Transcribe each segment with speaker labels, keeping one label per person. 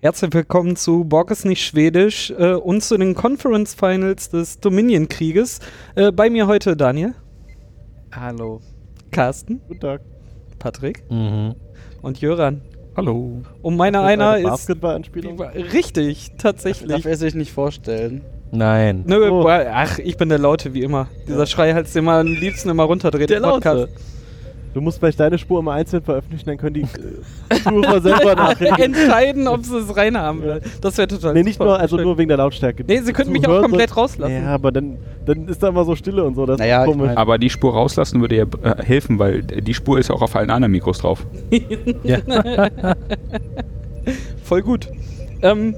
Speaker 1: Herzlich willkommen zu Borg ist nicht schwedisch äh, und zu den Conference Finals des Dominion-Krieges. Äh, bei mir heute Daniel.
Speaker 2: Hallo.
Speaker 1: Carsten.
Speaker 3: Guten Tag.
Speaker 1: Patrick.
Speaker 4: Mhm.
Speaker 1: Und Jöran.
Speaker 4: Hallo.
Speaker 1: Und meiner
Speaker 3: Äh,
Speaker 1: einer ist.
Speaker 3: Basketball-Anspielung.
Speaker 1: Richtig, tatsächlich.
Speaker 2: Darf er sich nicht vorstellen?
Speaker 4: Nein.
Speaker 1: Nö,
Speaker 3: Oh.
Speaker 1: boah, ach, ich bin der Laute, wie immer. Dieser Schrei, als den man am liebsten immer runterdreht.
Speaker 2: Der
Speaker 1: im Podcast.
Speaker 2: Laute.
Speaker 3: Du musst vielleicht deine Spur immer einzeln veröffentlichen, dann können die äh, Zuhörer selber nachreden.
Speaker 1: Entscheiden, ob sie es reinhaben will. Das wäre total
Speaker 3: Nee, nicht
Speaker 1: super.
Speaker 3: nur, also
Speaker 1: Schön.
Speaker 3: nur wegen der Lautstärke.
Speaker 1: Nee, sie könnten mich
Speaker 3: Zuhörer-
Speaker 1: auch komplett rauslassen.
Speaker 3: Ja, aber dann, dann ist da immer so Stille und so. Das
Speaker 2: Naja,
Speaker 3: ist
Speaker 2: ich
Speaker 3: komisch.
Speaker 2: mein-
Speaker 5: Aber die Spur rauslassen würde ja äh, helfen, weil die Spur ist auch auf allen anderen Mikros drauf.
Speaker 4: Ja.
Speaker 1: Voll gut. Ähm,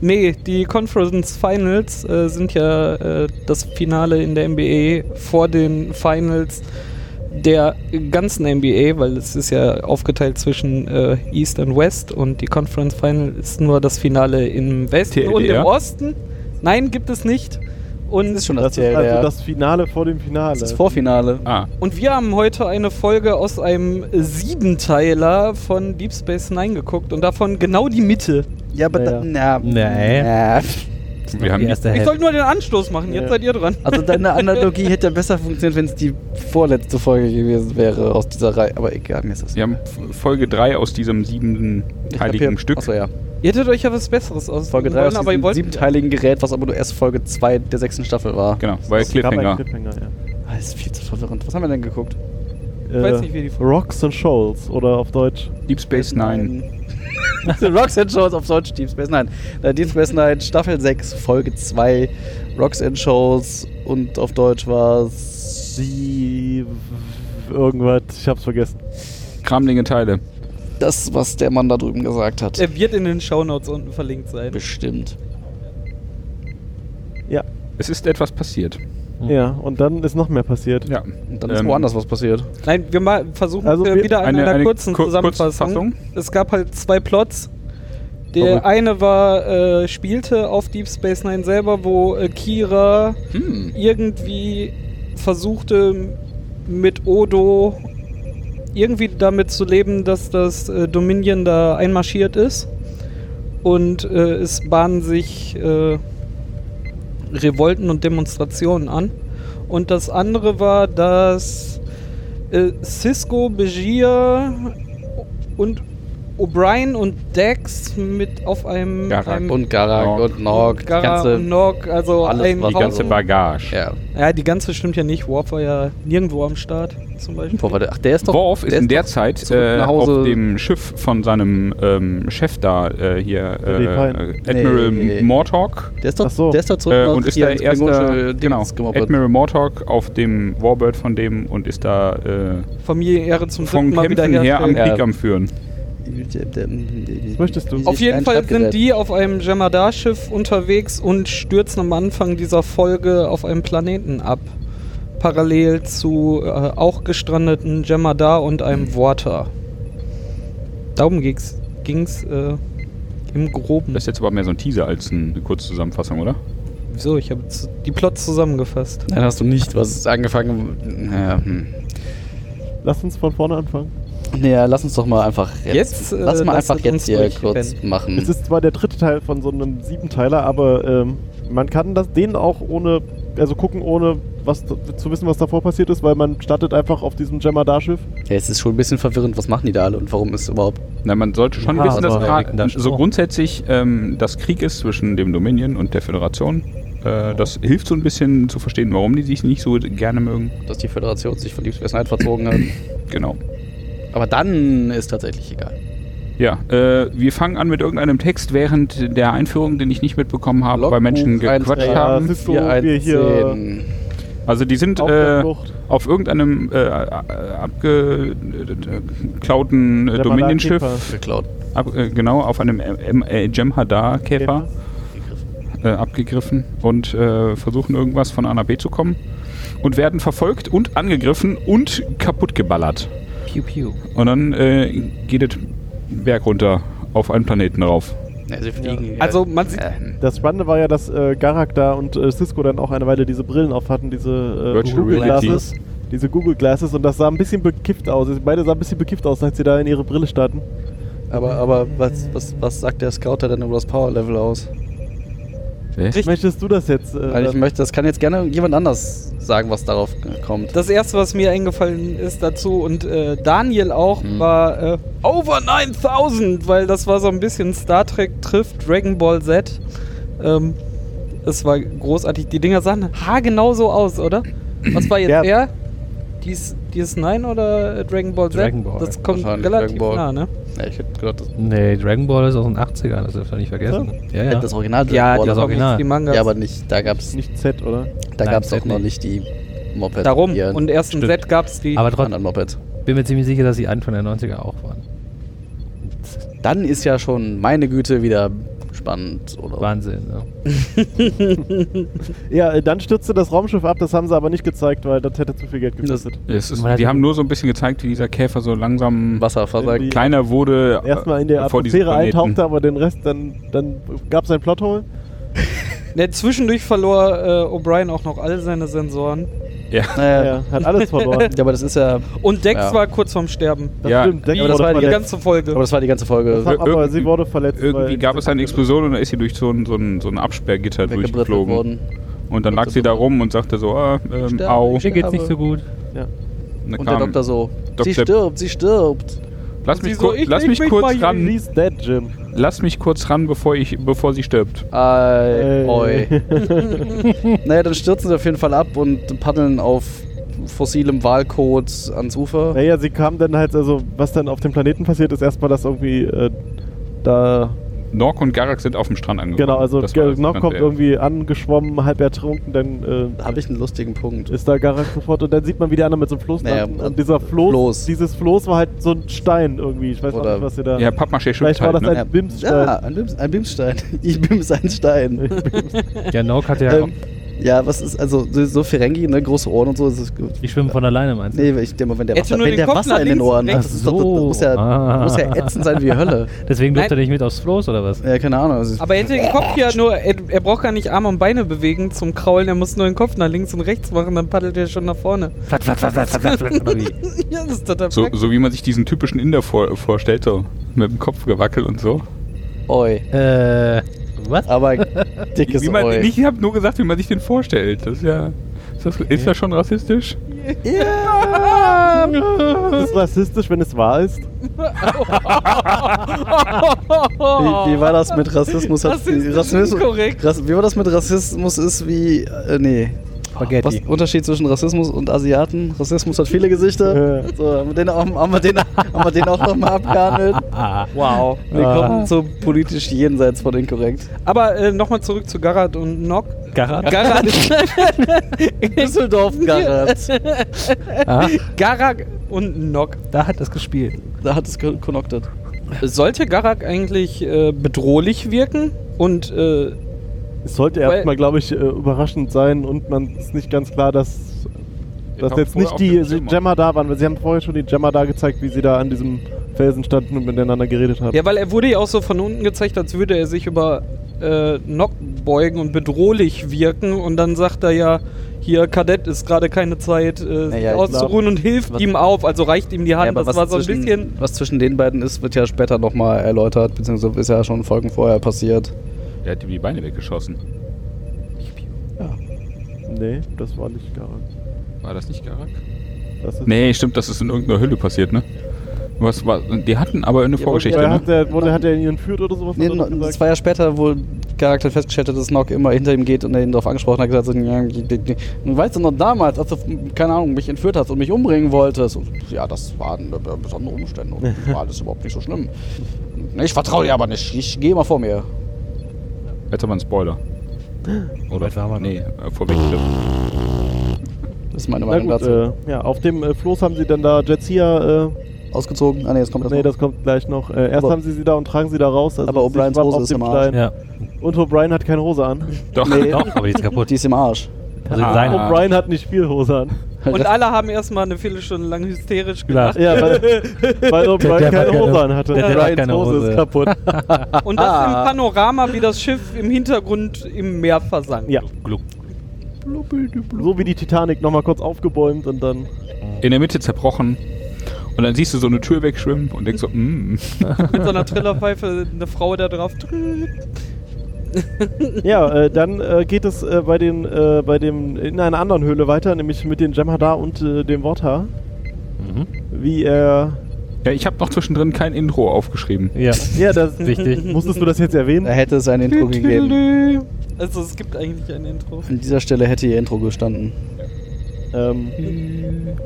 Speaker 1: nee, die Conference Finals äh, sind ja äh, das Finale in der NBA vor den Finals der ganzen NBA, weil es ist ja aufgeteilt zwischen äh, East und West und die Conference Final ist nur das Finale im Westen
Speaker 5: TLDR?
Speaker 1: und im Osten. Nein, gibt es nicht. Und,
Speaker 2: Das ist schon
Speaker 3: das
Speaker 2: das,
Speaker 3: ist
Speaker 2: Ziel,
Speaker 3: also
Speaker 2: ja.
Speaker 3: das Finale vor dem Finale.
Speaker 2: Das ist Vorfinale.
Speaker 5: Ah,
Speaker 1: und wir haben heute eine Folge aus einem Siebenteiler von Deep Space Nine geguckt und davon genau die Mitte.
Speaker 2: Ja, aber
Speaker 3: Naja.
Speaker 2: da, na,
Speaker 4: Nee.
Speaker 2: na.
Speaker 5: wir haben
Speaker 4: Die erste
Speaker 1: Ich
Speaker 4: Hälfte.
Speaker 1: sollte nur den Anstoß machen, jetzt
Speaker 3: Ja.
Speaker 1: seid ihr dran.
Speaker 2: Äh, Also deine Analogie hätte besser funktioniert, wenn es die vorletzte Folge gewesen wäre aus dieser Reihe. Aber egal, mir ist das.
Speaker 5: wir haben F- Folge 3 aus diesem siebenten
Speaker 2: Ich hab
Speaker 5: heiligen
Speaker 2: hier-
Speaker 5: Stück.
Speaker 2: Achso, ja.
Speaker 1: Ihr hättet euch ja was Besseres aus
Speaker 2: Folge 3 aus
Speaker 1: aber ihr
Speaker 2: diesem
Speaker 1: wollt
Speaker 2: siebenteiligen Gerät, was aber nur erst Folge 2 der sechsten Staffel war.
Speaker 5: Genau, weil
Speaker 3: Es gab einen
Speaker 5: Cliffhanger.
Speaker 3: Cliffhanger ja.
Speaker 2: Ah, ist viel zu verwirrend. Was haben wir denn geguckt?
Speaker 3: äh,
Speaker 1: weiß nicht, wie die-
Speaker 3: Rocks and Shoals oder auf Deutsch.
Speaker 5: Deep Space Nine.
Speaker 2: Rocks and Shows auf Deutsch Deep Space Nine. Na, Deep Space Nine, Staffel 6, Folge 2, Rocks and Shows und auf Deutsch war es.
Speaker 3: Die irgendwas, ich hab's vergessen.
Speaker 5: Kramlinge Teile.
Speaker 2: Das, was der Mann da drüben gesagt hat.
Speaker 1: Er wird in den Shownotes unten verlinkt sein.
Speaker 2: Bestimmt.
Speaker 3: Ja.
Speaker 5: Es ist etwas passiert.
Speaker 2: Hm.
Speaker 3: Ja, und dann ist noch mehr passiert.
Speaker 5: Ja.
Speaker 2: Und dann ist
Speaker 5: Ähm,
Speaker 2: woanders was passiert.
Speaker 1: Nein, wir mal versuchen
Speaker 3: Also
Speaker 1: äh,
Speaker 3: wir-
Speaker 1: wieder an
Speaker 5: eine-
Speaker 1: einer
Speaker 5: eine
Speaker 1: kurzen
Speaker 5: kur-
Speaker 1: Zusammenfassung.
Speaker 5: Kurzfassung.
Speaker 1: Es gab halt zwei Plots. Der
Speaker 2: Warum?
Speaker 1: eine war, äh, spielte auf Deep Space Nine selber, wo äh, Kira
Speaker 2: Hm.
Speaker 1: irgendwie versuchte mit Odo irgendwie damit zu leben, dass das äh, Dominion da einmarschiert ist. Und äh, es bahnen sich äh, Revolten und Demonstrationen an. Und das andere war, dass äh, Cisco, Begier und O'Brien und Dex mit auf einem,
Speaker 5: Garak
Speaker 1: einem
Speaker 2: Und Garak
Speaker 5: Nog.
Speaker 2: und Nog. die
Speaker 1: Garak
Speaker 2: ganze-
Speaker 1: und Nog, also
Speaker 2: alles,
Speaker 1: ein
Speaker 2: was
Speaker 5: Die ganze
Speaker 1: Haufen-
Speaker 5: Bagage.
Speaker 2: Ja.
Speaker 1: ja, die ganze stimmt ja nicht. Warp war ja nirgendwo am Start, zum Beispiel.
Speaker 2: Boah, warte, ach, der ist doch.
Speaker 5: Worf ist in
Speaker 2: doch
Speaker 5: der Zeit
Speaker 2: zurück
Speaker 5: äh,
Speaker 2: nach Hause.
Speaker 5: auf dem Schiff von seinem ähm, Chef da äh, hier, äh,
Speaker 3: Pine.
Speaker 5: äh, Admiral
Speaker 2: Nee.
Speaker 5: Mortalk.
Speaker 2: Der ist doch,
Speaker 3: Ach so.
Speaker 2: der ist doch zurück
Speaker 5: Äh,
Speaker 2: nach
Speaker 5: und ist
Speaker 2: hier
Speaker 5: der
Speaker 2: ins klingonische
Speaker 5: erste
Speaker 2: Dings
Speaker 5: genau,
Speaker 2: gemoppert.
Speaker 5: Admiral Mortalk auf dem Warbird von dem und ist da äh,
Speaker 1: Familiäre zum
Speaker 5: vom
Speaker 1: dritten Mal wieder
Speaker 5: Kämpfen her am
Speaker 1: herstellen.
Speaker 2: Ja.
Speaker 5: Krieg am Führen.
Speaker 3: Möchtest du?
Speaker 1: Auf jeden
Speaker 2: Ein
Speaker 1: Fall
Speaker 2: Stadtgerät.
Speaker 1: sind die auf einem Jemadar-Schiff unterwegs und stürzen am Anfang dieser Folge auf einem Planeten ab. Parallel zu äh, auch gestrandeten Jemadar und einem Water. Darum ging's, ging's äh, im Groben.
Speaker 5: Das ist jetzt aber mehr so ein Teaser als eine Kurzzusammenfassung, oder?
Speaker 1: Wieso? Ich habe jetzt die Plots zusammengefasst.
Speaker 2: Nein, hast du nicht. Was ist angefangen? Ja, hm.
Speaker 3: Lass uns von vorne anfangen.
Speaker 2: Naja, lass uns doch mal einfach jetzt.
Speaker 1: Jetzt, äh,
Speaker 2: lass mal
Speaker 1: lasst
Speaker 2: einfach
Speaker 1: uns
Speaker 2: jetzt hier
Speaker 1: durch,
Speaker 2: kurz
Speaker 1: Ben.
Speaker 2: machen.
Speaker 3: Es ist zwar der dritte Teil von so einem Siebenteiler, aber ähm, man kann das den auch ohne, also gucken ohne was da- zu wissen, was davor passiert ist, weil man startet einfach auf diesem Jemadar-Schiff.
Speaker 2: ja, es ist schon ein bisschen verwirrend, was machen die da alle und warum ist überhaupt.
Speaker 5: Na, man sollte schon
Speaker 4: Ja,
Speaker 5: wissen, dass
Speaker 2: also
Speaker 4: aber-
Speaker 5: Ra-
Speaker 4: Da-
Speaker 5: so grundsätzlich ähm, das Krieg ist zwischen dem Dominion und der Föderation. Äh, das hilft so ein bisschen zu verstehen, warum die sich nicht so gerne mögen.
Speaker 2: dass die Föderation sich von Deep Space Nine verzogen hat.
Speaker 5: Genau.
Speaker 2: Aber dann ist tatsächlich egal.
Speaker 5: Ja, äh, wir fangen an mit irgendeinem Text während der Einführung, den ich nicht mitbekommen habe, weil Menschen gequatscht
Speaker 3: Eintrag.
Speaker 5: haben.
Speaker 3: Cisco, wir hier-
Speaker 5: Also die sind
Speaker 3: Auf der
Speaker 5: äh,
Speaker 3: Flucht.
Speaker 5: auf irgendeinem äh, abgeklauten äh,
Speaker 3: Der
Speaker 5: Dominion-Schiff,
Speaker 3: Malakita.
Speaker 2: Geklaut.
Speaker 5: ab, äh, genau, auf einem äh, äh, Jem'Hadar-Käfer äh, abgegriffen und äh, versuchen irgendwas von A nach B zu kommen und werden verfolgt und angegriffen und kaputt geballert.
Speaker 1: Piu, piu.
Speaker 5: Und dann äh, geht es berg runter auf einen Planeten rauf.
Speaker 2: Ja, sie fliegen.
Speaker 1: Also man sieht
Speaker 2: Äh,
Speaker 3: Das Spannende war ja, dass äh, Garak da und äh, Cisco dann auch eine Weile diese Brillen auf hatten, diese äh,
Speaker 5: Virtual
Speaker 3: Google
Speaker 5: Reality.
Speaker 3: Glasses. Diese Google Glasses und das sah ein bisschen bekifft aus. Sie- Beide sahen ein bisschen bekifft aus, als sie da in ihre Brille starrten.
Speaker 2: Aber, aber was, was, was sagt der Scouter denn über das Power-Level aus?
Speaker 3: Richtig. Möchtest du das jetzt? Äh,
Speaker 2: Weil ich möchte, das kann jetzt gerne jemand anders sagen, was darauf äh, kommt.
Speaker 1: Das erste, was mir eingefallen ist dazu und äh, Daniel auch,
Speaker 2: Mhm.
Speaker 1: war äh, Over 9000, weil das war so ein bisschen Star Trek trifft Dragon Ball Z. Ähm, das war großartig. Die Dinger sahen haargenau so aus, oder? Was war jetzt
Speaker 3: Ja.
Speaker 1: er? Dies, dies Nein oder äh, Dragon Ball Z?
Speaker 4: Dragon Ball.
Speaker 1: Das kommt
Speaker 2: Wahrscheinlich
Speaker 1: relativ
Speaker 2: Dragon
Speaker 1: nah,
Speaker 2: Ball.
Speaker 1: ne?
Speaker 2: Ja, ich hätte gedacht, das,
Speaker 4: Nee, Dragon Ball ist aus den 80ern, das darf man nicht vergessen. Ja, ja.
Speaker 2: das Original
Speaker 1: Ja, die,
Speaker 2: Also
Speaker 4: das
Speaker 2: Dragon Ball.
Speaker 1: Comics,
Speaker 4: Original.
Speaker 1: die Mangas.
Speaker 2: ja, aber nicht, da gab es
Speaker 3: nicht Z, oder?
Speaker 2: da
Speaker 4: Nein,
Speaker 2: gab's
Speaker 4: Set
Speaker 2: auch noch
Speaker 4: nicht.
Speaker 2: nicht die Mopeds.
Speaker 1: Darum.
Speaker 2: Ihren
Speaker 1: Und erst in
Speaker 4: Stimmt.
Speaker 1: Z gab es die.
Speaker 4: Aber trotzdem
Speaker 2: anderen Mopeds.
Speaker 4: bin mir ziemlich sicher, dass die Anfang der 90er auch waren.
Speaker 2: Dann ist ja schon, meine Güte, wieder spannend. Oder
Speaker 4: Wahnsinn, ne?
Speaker 3: Ja, äh, dann stürzte das Raumschiff ab, das haben sie aber nicht gezeigt, weil das hätte zu viel Geld gekostet.
Speaker 5: Es ist,
Speaker 4: Man hat
Speaker 5: die
Speaker 4: ja-
Speaker 5: haben nur so ein bisschen gezeigt, wie dieser Käfer so langsam
Speaker 2: Wasser
Speaker 3: Irgendwie-
Speaker 2: versagt.
Speaker 5: kleiner wurde. äh,
Speaker 3: Erstmal in der
Speaker 5: vor diesem
Speaker 3: Atmosphäre
Speaker 5: Planeten.
Speaker 3: eintauchte, aber den Rest, dann, dann gab es ein Plothole.
Speaker 1: ne, zwischendurch verlor äh, O'Brien auch noch alle seine Sensoren.
Speaker 5: Ja.
Speaker 2: Naja, ja.
Speaker 3: Ja, hat alles verloren.
Speaker 2: aber das ist ja.
Speaker 1: Und Dex
Speaker 2: Ja.
Speaker 1: war kurz vorm Sterben.
Speaker 3: Das
Speaker 5: Ja,
Speaker 3: stimmt, Deck
Speaker 1: Wie-
Speaker 2: aber das
Speaker 3: wurde
Speaker 2: war die
Speaker 1: Die
Speaker 3: verletzt.
Speaker 1: ganze Folge.
Speaker 2: Aber das war die ganze Folge.
Speaker 3: Das war- aber
Speaker 5: Irgend-
Speaker 3: sie wurde verletzt.
Speaker 5: Irgendwie
Speaker 3: weil-
Speaker 5: gab es eine Explosion und da ist sie durch so ein, so ein, so ein Absperrgitter
Speaker 2: weggeblitzt
Speaker 5: durchgeflogen. Und dann lag sie da rum und sagte so, ah, ähm,
Speaker 2: Sterbe,
Speaker 5: au.
Speaker 4: Mir geht's nicht so gut.
Speaker 3: Ja.
Speaker 5: Und dann
Speaker 2: Und der
Speaker 5: kam,
Speaker 2: Doktor so:
Speaker 5: Doktor-
Speaker 2: Sie stirbt, sie stirbt.
Speaker 5: lass mich,
Speaker 1: sie so,
Speaker 5: kur-
Speaker 1: ich
Speaker 5: lass
Speaker 1: leg
Speaker 5: mich
Speaker 1: mich mal
Speaker 5: kurz
Speaker 1: hier
Speaker 5: ran,
Speaker 3: Release Dead, Jim.
Speaker 5: lass mich kurz ran, bevor ich, bevor sie stirbt.
Speaker 2: Ei,
Speaker 3: Äh.
Speaker 2: oi. naja, dann stürzen sie auf jeden Fall ab und paddeln auf fossilem Wahlkot ans Ufer.
Speaker 3: Naja, sie kam dann halt, also was dann auf dem Planeten passiert ist, erstmal, dass irgendwie äh, da,
Speaker 5: Nork und Garak sind auf dem Strand angekommen.
Speaker 3: genau, also
Speaker 5: Das war das
Speaker 3: Nog kommt
Speaker 5: Ganze.
Speaker 3: irgendwie angeschwommen, halb ertrunken, dann äh,
Speaker 2: Da habe ich einen lustigen Punkt.
Speaker 3: ist da Garak sofort und dann sieht man, wie die anderen mit so einem Floß
Speaker 2: Naja,
Speaker 3: landen.
Speaker 2: äh,
Speaker 3: Und dieser Floß,
Speaker 2: Floß.
Speaker 3: dieses Floß war halt so ein Stein irgendwie. Ich weiß auch
Speaker 2: Oder-
Speaker 3: nicht, was sie da.
Speaker 5: Ja, Pappmaché
Speaker 3: Vielleicht
Speaker 5: schützt
Speaker 3: war
Speaker 5: halt,
Speaker 3: das
Speaker 5: ne?
Speaker 3: ein Bimsstein.
Speaker 2: Ja, ein, Bims, ein Bimsstein. Ich bims ein Stein.
Speaker 4: Ja, Nock hatte ja.
Speaker 2: ähm, ja, was ist, also so, so Ferengi, ne, große Ohren und so. Das ist,
Speaker 4: die schwimmen von alleine, meinst du?
Speaker 2: nee, ich denke mal, wenn der
Speaker 1: Er hätte
Speaker 2: Wasser,
Speaker 1: nur
Speaker 2: wenn
Speaker 1: den
Speaker 2: der
Speaker 1: Kopf
Speaker 2: Wasser
Speaker 1: nach
Speaker 2: in den
Speaker 1: links,
Speaker 2: Ohren hat,
Speaker 1: rechts.
Speaker 2: das, ist doch, das muss, ja,
Speaker 4: Ah.
Speaker 2: muss ja ätzend sein wie Hölle.
Speaker 4: Deswegen durfte
Speaker 1: Nein.
Speaker 4: er nicht mit aufs Floß oder was?
Speaker 2: Ja, keine Ahnung. Also,
Speaker 1: Aber er hätte den Kopf ja nur, er, er braucht gar nicht Arme und Beine bewegen zum Kraulen, er muss nur den Kopf nach links und rechts machen, dann paddelt er schon nach vorne.
Speaker 4: Flat, flat, flat, flat, flat, flat, oder wie?
Speaker 1: ja, das ist total
Speaker 5: So,
Speaker 1: praktisch.
Speaker 5: so wie man sich diesen typischen Inder vor, vorstellt, so mit dem Kopf gewackelt und so.
Speaker 2: oi.
Speaker 4: Äh, was?
Speaker 2: Aber dickes
Speaker 5: Wie man,
Speaker 2: Oi.
Speaker 5: ich habe nur gesagt, wie man sich den vorstellt. Das ist ja, ist das, ist das schon rassistisch?
Speaker 3: Das ist rassistisch, wenn es wahr ist.
Speaker 2: Wie, wie war das mit Rassismus? Hat-
Speaker 1: Rassistisch
Speaker 2: Rassismus
Speaker 1: Oh, inkorrekt.
Speaker 2: Rass, wie war das mit Rassismus ist wie äh, nee. Was
Speaker 4: Spaghetti.
Speaker 2: ist der Unterschied zwischen Rassismus und Asiaten? Rassismus hat viele Gesichter.
Speaker 3: Äh.
Speaker 2: So, haben wir den auch, haben wir den, haben wir den auch nochmal abgehandelt.
Speaker 4: Ah,
Speaker 2: Wow. Wir
Speaker 4: Ah.
Speaker 2: kommen zu politisch jenseits von inkorrekt.
Speaker 1: Aber äh, nochmal zurück zu Garat und Nock.
Speaker 4: Garat?
Speaker 1: Garat,
Speaker 2: Düsseldorf Garat.
Speaker 4: Ah,
Speaker 1: Garak und Nock.
Speaker 4: da hat das gespielt.
Speaker 2: Da hat es ge- connected.
Speaker 1: Sollte Garak eigentlich äh, bedrohlich wirken? Und äh,
Speaker 3: Es sollte
Speaker 1: Weil-
Speaker 3: erstmal, glaube ich, äh, überraschend sein und man ist nicht ganz klar, dass, dass
Speaker 5: hab
Speaker 3: jetzt
Speaker 5: vorher
Speaker 3: nicht
Speaker 5: auf
Speaker 3: die
Speaker 5: dem
Speaker 3: die
Speaker 5: Schirm.
Speaker 3: Gemma da waren, weil sie haben vorher schon die Gemma da gezeigt, wie sie da an diesem Felsen standen und miteinander geredet haben.
Speaker 1: ja, weil er wurde ja auch so von unten gezeigt, als würde er sich über äh, Nock beugen und bedrohlich wirken und dann sagt er ja, hier Kadett ist gerade keine Zeit, äh, sich
Speaker 2: ich glaub-
Speaker 1: auszuruhen und hilft
Speaker 2: was-
Speaker 1: ihm auf, also reicht ihm die
Speaker 2: Ja,
Speaker 1: Hand.
Speaker 2: aber
Speaker 1: das
Speaker 2: was
Speaker 1: war so ein
Speaker 2: zwischen-
Speaker 1: bisschen
Speaker 2: Was zwischen den beiden ist, wird ja später nochmal erläutert, beziehungsweise ist ja schon Folgen vorher passiert.
Speaker 5: Der hat ihm die Beine weggeschossen.
Speaker 3: Nee, das war nicht Garak.
Speaker 5: War das nicht Garak?
Speaker 3: Das ist
Speaker 5: Nee, stimmt, das ist in irgendeiner Hülle passiert, ne? Was war, die hatten aber eine
Speaker 2: Ja,
Speaker 5: Vorgeschichte,
Speaker 3: Oder
Speaker 2: aber
Speaker 5: ne?
Speaker 3: hat er, wurde, hat er ihn entführt oder sowas?
Speaker 2: Nee,
Speaker 3: hat er doch
Speaker 2: no-
Speaker 3: gesagt?
Speaker 2: es war ja später, wo Charakter festgestellt hat, dass Nock immer hinter ihm geht und er ihn darauf angesprochen hat, gesagt hat, ja, die- die- die- und weißt du noch damals, als du, keine Ahnung, mich entführt hast und mich umbringen wolltest? Und, ja, das waren äh, besondere Umstände und war alles überhaupt nicht so schlimm. Ich vertraue dir aber nicht, ich gehe mal vor mir.
Speaker 5: Jetzt haben wir einen Spoiler. Oder?
Speaker 4: Weit waren wir noch?
Speaker 5: nee, äh, vorweg.
Speaker 2: Das ist meine
Speaker 3: Na
Speaker 2: Meinung
Speaker 3: gut,
Speaker 2: dazu.
Speaker 3: äh, ja, auf dem äh, Floß haben sie dann da Jetsia, äh,
Speaker 2: Ausgezogen? Ah, nee, jetzt kommt das
Speaker 3: nee,
Speaker 2: noch.
Speaker 3: das kommt gleich noch. Äh, erst
Speaker 2: Aber-
Speaker 3: haben sie sie da und tragen sie da raus. Also
Speaker 2: Aber
Speaker 3: sie
Speaker 2: O'Briens
Speaker 3: schwamm
Speaker 2: Hose
Speaker 3: auf
Speaker 2: ist
Speaker 3: dem
Speaker 2: im Arsch.
Speaker 3: Stein.
Speaker 4: Ja.
Speaker 3: Und O'Brien hat keine Hose an.
Speaker 5: Doch,
Speaker 2: Nee.
Speaker 4: Doch, aber die ist kaputt.
Speaker 2: Die ist im Arsch.
Speaker 4: Also
Speaker 5: Ah.
Speaker 4: seine Art.
Speaker 3: O'Brien hat nicht viel Hose an.
Speaker 1: Und alle haben erstmal eine Viertelstunde lang hysterisch gelacht.
Speaker 3: Ja, weil, weil O'Brien
Speaker 4: Depp hat
Speaker 3: keine
Speaker 4: keine-
Speaker 3: Hose an hatte.
Speaker 4: der Depp hat
Speaker 3: O'Briens
Speaker 4: keine Hose.
Speaker 3: ist kaputt.
Speaker 1: Und das im Panorama, wie das Schiff im Hintergrund im Meer versank.
Speaker 3: Ja,
Speaker 4: Gluck.
Speaker 3: so wie die Titanic nochmal kurz aufgebäumt und dann.
Speaker 5: in der Mitte zerbrochen. Und dann siehst du so eine Tür wegschwimmen und denkst so, mm.
Speaker 1: Mit so einer Trillerpfeife, eine Frau da drauf.
Speaker 3: Ja, äh, dann äh, geht es äh, bei den, äh, bei dem, in einer anderen Höhle weiter, nämlich mit den Jem'Hadar und äh, dem Worthaar.
Speaker 4: Mhm.
Speaker 3: Wie er.
Speaker 5: Ja, ich habe noch zwischendrin kein Intro aufgeschrieben.
Speaker 4: Ja,
Speaker 3: Ja, das,
Speaker 4: richtig.
Speaker 3: musstest du das jetzt erwähnen?
Speaker 2: Da
Speaker 4: Äh.
Speaker 2: hätte es ein Intro gegeben.
Speaker 1: Also es gibt eigentlich ein Intro.
Speaker 2: An dieser Stelle hätte ihr Intro gestanden.
Speaker 3: Ähm,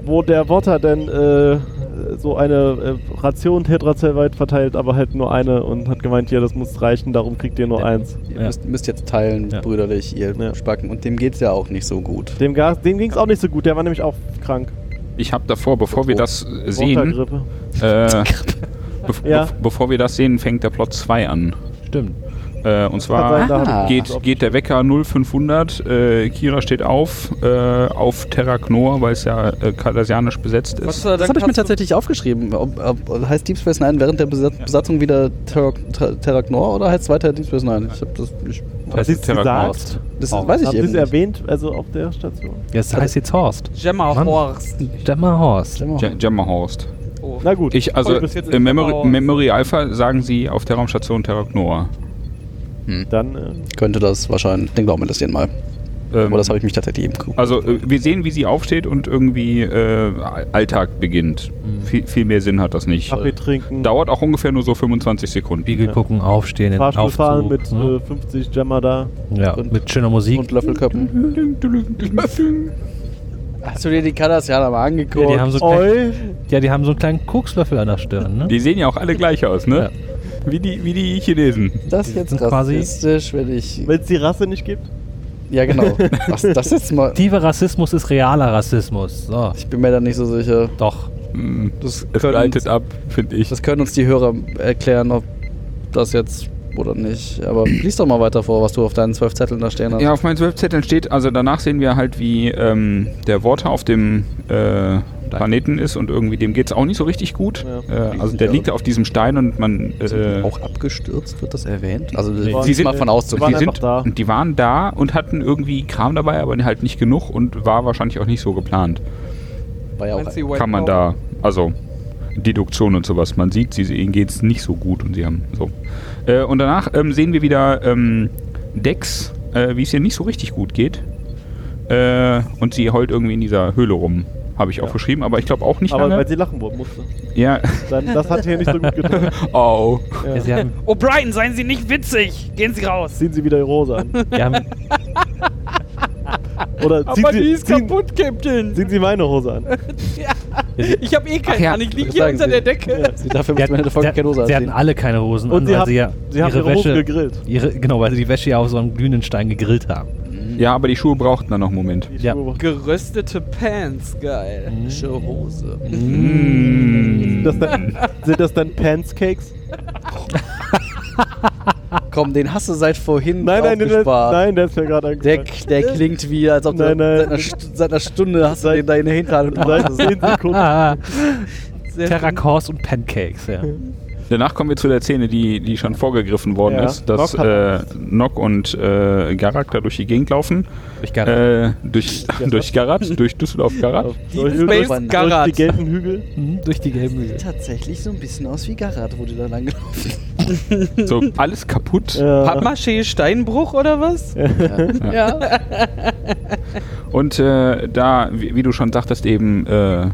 Speaker 3: wo der Worthaar dann äh, so eine äh, Ration Tetrazell weit verteilt, aber halt nur eine und hat gemeint, ja, das muss reichen, darum kriegt ihr nur
Speaker 2: Ja.
Speaker 3: eins.
Speaker 2: Ihr
Speaker 4: Ja.
Speaker 2: müsst, müsst jetzt teilen,
Speaker 4: Ja.
Speaker 2: brüderlich, ihr
Speaker 3: Ja.
Speaker 2: Spacken. Und dem geht's ja auch nicht so gut.
Speaker 3: Dem, Gas- dem ging es auch nicht so gut, der war nämlich auch krank.
Speaker 5: Ich habe davor, bevor wir das äh, sehen,
Speaker 3: Worthaargrippe.
Speaker 5: äh, bev
Speaker 3: Ja.
Speaker 5: bev- bevor wir das sehen, fängt der Plot 2 an.
Speaker 4: stimmt.
Speaker 5: Äh,
Speaker 3: Kann
Speaker 5: und
Speaker 3: sein,
Speaker 5: zwar
Speaker 3: da
Speaker 2: Ah.
Speaker 3: hab also ich-
Speaker 5: geht, geht der Wecker 0500, äh, Kira steht auf, äh, auf Terra Knor, weil es ja äh, kardassianisch besetzt ist.
Speaker 1: sei
Speaker 2: Das
Speaker 1: Dank
Speaker 2: habe ich mir
Speaker 1: hast du-
Speaker 2: tatsächlich aufgeschrieben. Ob, ob, heißt Deep Space Nine während der Besat- Besatzung wieder Terrak- Ter- Terragnor oder heißt es weiter Deep Space Nine? Ich habe das nicht.
Speaker 3: Was ist
Speaker 5: Terra Knor.
Speaker 3: gesagt?
Speaker 2: Das weiß ich
Speaker 3: Habt ihr
Speaker 2: eben
Speaker 3: es
Speaker 2: nicht.
Speaker 3: erwähnt, also auf der Station?
Speaker 4: Jetzt heißt jetzt Horst.
Speaker 1: Gemma
Speaker 4: Mann.
Speaker 1: Horst.
Speaker 4: Stemmer Horst.
Speaker 5: Ja- Jammerhorst.
Speaker 1: Oh.
Speaker 3: Na gut.
Speaker 5: Ich, also,
Speaker 3: Komm, bis jetzt
Speaker 5: äh, Memory,
Speaker 1: Jammerhorst.
Speaker 5: Memory Alpha sagen sie auf der Raumstation Terra Knor. hm.
Speaker 3: dann. Äh,
Speaker 2: Könnte das wahrscheinlich. Den glauben wir das denen mal.
Speaker 5: Ähm,
Speaker 2: Aber das habe ich mich tatsächlich eben geguckt.
Speaker 5: Also äh, wir sehen, wie sie aufsteht und irgendwie äh, Alltag beginnt. Viel, viel mehr Sinn hat das nicht.
Speaker 3: Kaffee trinken.
Speaker 5: äh, Dauert auch ungefähr nur so 25 Sekunden.
Speaker 4: Spiegel gucken, aufstehen, in den
Speaker 3: Fahrstuhl fahren
Speaker 4: Aufzug.
Speaker 3: mit
Speaker 4: ne?
Speaker 3: äh, 50 Jammer da.
Speaker 4: ja,
Speaker 2: und-
Speaker 4: mit schöner Musik.
Speaker 2: Und Löffelköppen. Hast du dir die Kardassianer mal
Speaker 4: ja,
Speaker 2: angeguckt?
Speaker 4: die haben so klein,
Speaker 3: Oi,
Speaker 4: ja, die haben so einen kleinen Kokslöffel an der Stirn, ne?
Speaker 5: Die sehen ja auch alle gleich aus, ne? Wie, die, wie die Chinesen.
Speaker 2: das ist
Speaker 4: die
Speaker 2: jetzt
Speaker 4: sind quasi-
Speaker 2: rassistisch, wenn ich.
Speaker 3: wenn es die Rasse nicht gibt.
Speaker 2: Ja, genau. Was das jetzt mal.
Speaker 4: Tiefer Rassismus ist realer Rassismus. So,
Speaker 2: Ich bin mir da nicht so sicher.
Speaker 4: doch.
Speaker 5: Hm,
Speaker 2: Das
Speaker 5: Es
Speaker 2: können-
Speaker 5: leitet ab, finde ich.
Speaker 2: Das können uns die Hörer erklären, ob das jetzt oder nicht. Aber lies doch mal weiter vor, was du auf deinen zwölf Zetteln da stehen hast.
Speaker 5: Ja, auf meinen Webzetteln steht, also danach sehen wir halt, wie ähm, der Worte auf dem äh, Planeten ist und irgendwie dem geht's auch nicht so richtig gut.
Speaker 2: Ja.
Speaker 5: Äh, also der liegt auf diesem Stein und man. Äh,
Speaker 2: Also auch abgestürzt, wird das erwähnt? Also
Speaker 4: Nee.
Speaker 2: sie sind mal von
Speaker 3: die
Speaker 2: auszugehen.
Speaker 3: waren
Speaker 5: die
Speaker 3: einfach
Speaker 5: sind,
Speaker 3: da.
Speaker 5: und die waren da und hatten irgendwie Kram dabei, aber halt nicht genug und war wahrscheinlich auch nicht so geplant.
Speaker 2: War ja auch
Speaker 1: Meinst du, die White
Speaker 5: Kann man
Speaker 1: Power?
Speaker 5: da, also Deduktion und sowas. Man sieht, sie, ihnen geht es nicht so gut und sie haben so. Äh, und danach ähm, sehen wir wieder ähm, Dex, äh, wie es ihr nicht so richtig gut geht. Äh, und sie heult irgendwie in dieser Höhle rum. Habe ich auch geschrieben, aber ich glaube auch nicht
Speaker 3: Aber weil
Speaker 5: lange.
Speaker 3: sie lachen wo- musste.
Speaker 5: Ja.
Speaker 3: Dann, das hat hier nicht so gut getan.
Speaker 5: Au.
Speaker 3: Ja.
Speaker 4: Ja, sie haben,
Speaker 1: O'Brien, Oh, seien Sie nicht witzig! Gehen Sie raus!
Speaker 3: Ziehen sie wieder ihre Hose an.
Speaker 4: die haben,
Speaker 3: Oder ziehen sie, ziehen,
Speaker 1: kaputt, Captain!
Speaker 3: ziehen sie meine Hose an.
Speaker 1: Ich habe eh
Speaker 5: Ach
Speaker 1: keine
Speaker 5: ja,
Speaker 1: an, ich lieg
Speaker 2: ich
Speaker 1: hier
Speaker 2: sagen,
Speaker 1: unter
Speaker 2: Sie-
Speaker 1: der Decke.
Speaker 2: Sie dafür
Speaker 4: die
Speaker 2: müssen wir in der Folge keine Hose
Speaker 4: sie hatten
Speaker 2: anziehen.
Speaker 4: alle keine Hosen
Speaker 3: Und
Speaker 4: an,
Speaker 3: sie
Speaker 4: weil
Speaker 3: haben-
Speaker 4: sie ja
Speaker 3: sie haben
Speaker 4: ihre
Speaker 3: ihre Hosen
Speaker 4: Wäsche
Speaker 3: gegrillt.
Speaker 4: Ihre, genau, weil sie die Wäsche ja auf so einem glühenden Stein gegrillt haben.
Speaker 5: Ja, aber die Schuhe brauchten dann noch einen Moment.
Speaker 3: Die
Speaker 4: Ja.
Speaker 3: Schuhe-
Speaker 1: Geröstete Pants, geil.
Speaker 2: Frische Hose.
Speaker 5: Mm.
Speaker 3: Das dann, sind das dann Pantscakes?
Speaker 2: Komm, den hast du seit vorhin
Speaker 3: Nein, nein, nein,
Speaker 2: aufgespart.
Speaker 3: nein, der ist mir gerade
Speaker 2: Der,
Speaker 3: eingefallen.
Speaker 2: der klingt wie, als ob
Speaker 3: Nein,
Speaker 2: du
Speaker 3: nein.
Speaker 2: Seit, einer, Stu- seit einer Stunde hast du
Speaker 3: Seit-
Speaker 2: den da in der Hinterhand und
Speaker 3: Seit 10 Sekunden.
Speaker 4: Ah,
Speaker 1: Sehr schön.
Speaker 4: Terrakors und Pancakes, ja.
Speaker 5: Danach kommen wir zu der Szene, die, die schon vorgegriffen worden
Speaker 3: Ja.
Speaker 5: ist, dass
Speaker 3: Nock hat
Speaker 5: äh, Nock und äh, Garak da durch die Gegend laufen.
Speaker 4: Ich gar
Speaker 5: Äh, durch, durch Garat, durch Düsseldorf Garat.
Speaker 3: Durch,
Speaker 1: Deep Space
Speaker 3: durch, durch die
Speaker 1: Garrett.
Speaker 3: gelben Hügel.
Speaker 4: Hm, durch die gelben Hügel.
Speaker 2: tatsächlich so ein bisschen aus wie Garat, wo du da lang gelaufen
Speaker 5: So alles kaputt.
Speaker 3: Äh, Ja.
Speaker 1: Pappmaché Steinbruch oder was?
Speaker 2: Ja.
Speaker 5: Und äh, da, wie, wie du schon sagtest, eben äh, äh,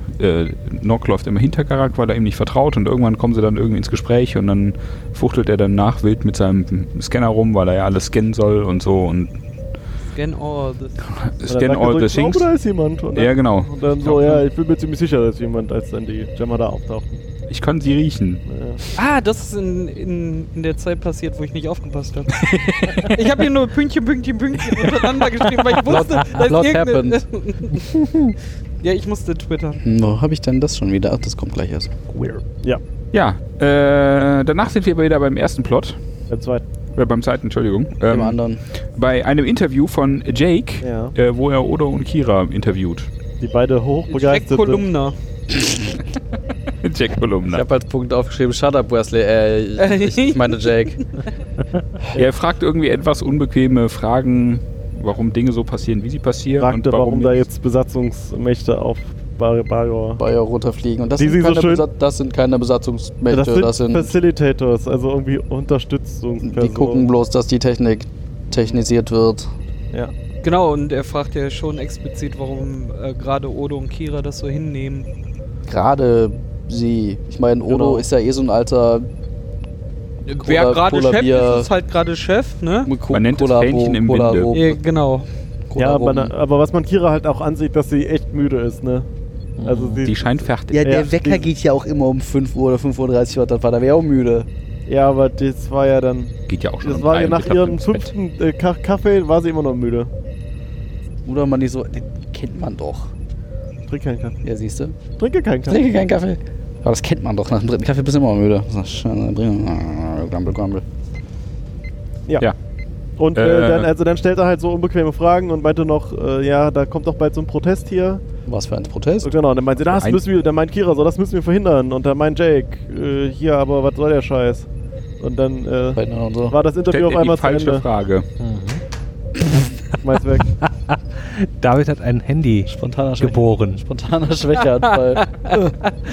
Speaker 5: Nock läuft immer hinter Garak, weil er ihm nicht vertraut und irgendwann kommen sie dann irgendwie ins Gespräch und dann fuchtelt er dann nach wild mit seinem Scanner rum, weil er ja alles scannen soll und so und
Speaker 1: Scan all this.
Speaker 5: scan
Speaker 3: Und dann sagt er
Speaker 5: all
Speaker 3: so,
Speaker 5: the
Speaker 3: ich glaube,
Speaker 5: things.
Speaker 3: "Oh, da ist jemand. Und dann,
Speaker 5: Ja, genau.
Speaker 3: Und dann so, ja, ich bin mir ziemlich sicher, dass jemand, als dann die Jammer da auftauchten.
Speaker 5: Ich kann sie riechen.
Speaker 3: Ja.
Speaker 1: Ah, das ist in, in, in der Zeit passiert, wo ich nicht aufgepasst habe. ich habe hier nur Pünktchen, Pünktchen, Pünktchen untereinander geschrieben, weil ich wusste, dass
Speaker 2: lot
Speaker 1: irgendeine... ja, ich musste twittern.
Speaker 2: Hm, Wo habe ich denn das schon wieder? Ach, das kommt gleich erst.
Speaker 3: ja,
Speaker 5: Ja, äh, danach sind wir aber wieder beim ersten Plot.
Speaker 3: der zweite.
Speaker 5: Äh, beim zweiten, Entschuldigung.
Speaker 2: Im
Speaker 5: Ähm,
Speaker 2: anderen.
Speaker 5: bei einem Interview von Jake,
Speaker 3: Ja.
Speaker 5: äh, wo er Odo und Kira interviewt.
Speaker 3: Die beide
Speaker 1: Jack
Speaker 3: hochbegeistert sind.
Speaker 1: Kolumna.
Speaker 5: Jake
Speaker 2: Ich
Speaker 5: Kolumna.
Speaker 2: habe als Punkt aufgeschrieben, shut up Wesley, äh, ich, ich meine Jake.
Speaker 5: Er fragt irgendwie etwas unbequeme Fragen, warum Dinge so passieren, wie sie passieren.
Speaker 3: fragte,
Speaker 5: und warum,
Speaker 3: warum, da jetzt Besatzungsmächte auf Bar Bargor.
Speaker 2: Bayer runterfliegen. Und das,
Speaker 3: Die
Speaker 2: sind
Speaker 3: sind so
Speaker 2: keine,
Speaker 3: schön-
Speaker 2: Besa- das sind keine Besatzungsmächte,
Speaker 3: Das sind,
Speaker 2: das sind,
Speaker 3: Facilitators, also irgendwie Unterstützungspersonen.
Speaker 2: die gucken bloß, dass die Technik technisiert wird.
Speaker 3: Ja.
Speaker 1: Genau, und er fragt ja schon explizit, warum äh, gerade Odo und Kira das so hinnehmen.
Speaker 2: Gerade sie. Ich meine, Odo
Speaker 3: Genau.
Speaker 2: ist ja eh so ein alter
Speaker 1: Wer
Speaker 2: Cola-
Speaker 1: gerade
Speaker 2: Cola
Speaker 1: Chef
Speaker 2: Bier.
Speaker 1: ist, ist halt gerade Chef, ne?
Speaker 2: Ko-
Speaker 5: Man nennt es
Speaker 2: Kolabo-
Speaker 5: Fähnchen im Winde.
Speaker 2: Kolabo-
Speaker 1: Ja, genau.
Speaker 3: Ja,
Speaker 2: Kolabo-
Speaker 3: man, aber was man Kira halt auch ansieht, dass sie echt müde ist, ne?
Speaker 2: Mhm.
Speaker 3: Also sie,
Speaker 5: Die scheint fertig.
Speaker 2: Ja, der
Speaker 3: Ja,
Speaker 2: Wecker
Speaker 3: die-
Speaker 2: geht ja auch immer um 5 Uhr oder 5.30 Uhr, was das war, da wäre auch müde.
Speaker 3: ja, aber das war ja dann.
Speaker 5: Geht ja auch schon.
Speaker 3: Das
Speaker 5: um
Speaker 3: war
Speaker 5: drei
Speaker 3: ja
Speaker 5: und
Speaker 3: nach
Speaker 5: ich hab
Speaker 3: ihrem
Speaker 5: ins Bett.
Speaker 3: fünften äh, Ka Kaffee war sie immer noch müde.
Speaker 2: Oder man die so, den kennt man doch.
Speaker 3: Trink keinen Kaffee.
Speaker 2: Ja, siehst du?
Speaker 3: Trinke keinen Kaffee.
Speaker 2: Trinke keinen Kaffee. Aber das kennt man doch, nach dem dritten Kaffee bist du immer müde. So, schön, dann bring- ah, Grumble, grumble.
Speaker 5: Ja.
Speaker 3: Und
Speaker 5: Äh,
Speaker 3: äh, dann, also dann stellt er halt so unbequeme Fragen und meinte noch, äh, ja, da kommt doch bald so ein Protest hier.
Speaker 2: Was für ein Protest?
Speaker 3: Und genau, und dann meint sie, das
Speaker 5: Ein-
Speaker 3: müssen wir, dann meint Kira so, das müssen wir verhindern. Und dann meint Jake, äh, hier, aber was soll der Scheiß? Und dann äh,
Speaker 2: Bei Nana und so.
Speaker 3: war das Interview auf
Speaker 5: Stellt er die
Speaker 3: einmal zu
Speaker 5: falsche
Speaker 3: Ende.
Speaker 5: Frage.
Speaker 3: Schmeiß weg.
Speaker 5: Äh.
Speaker 4: David hat ein Handy
Speaker 2: Spontaner Schwäche.
Speaker 4: geboren.
Speaker 2: Spontaner Schwächeanfall.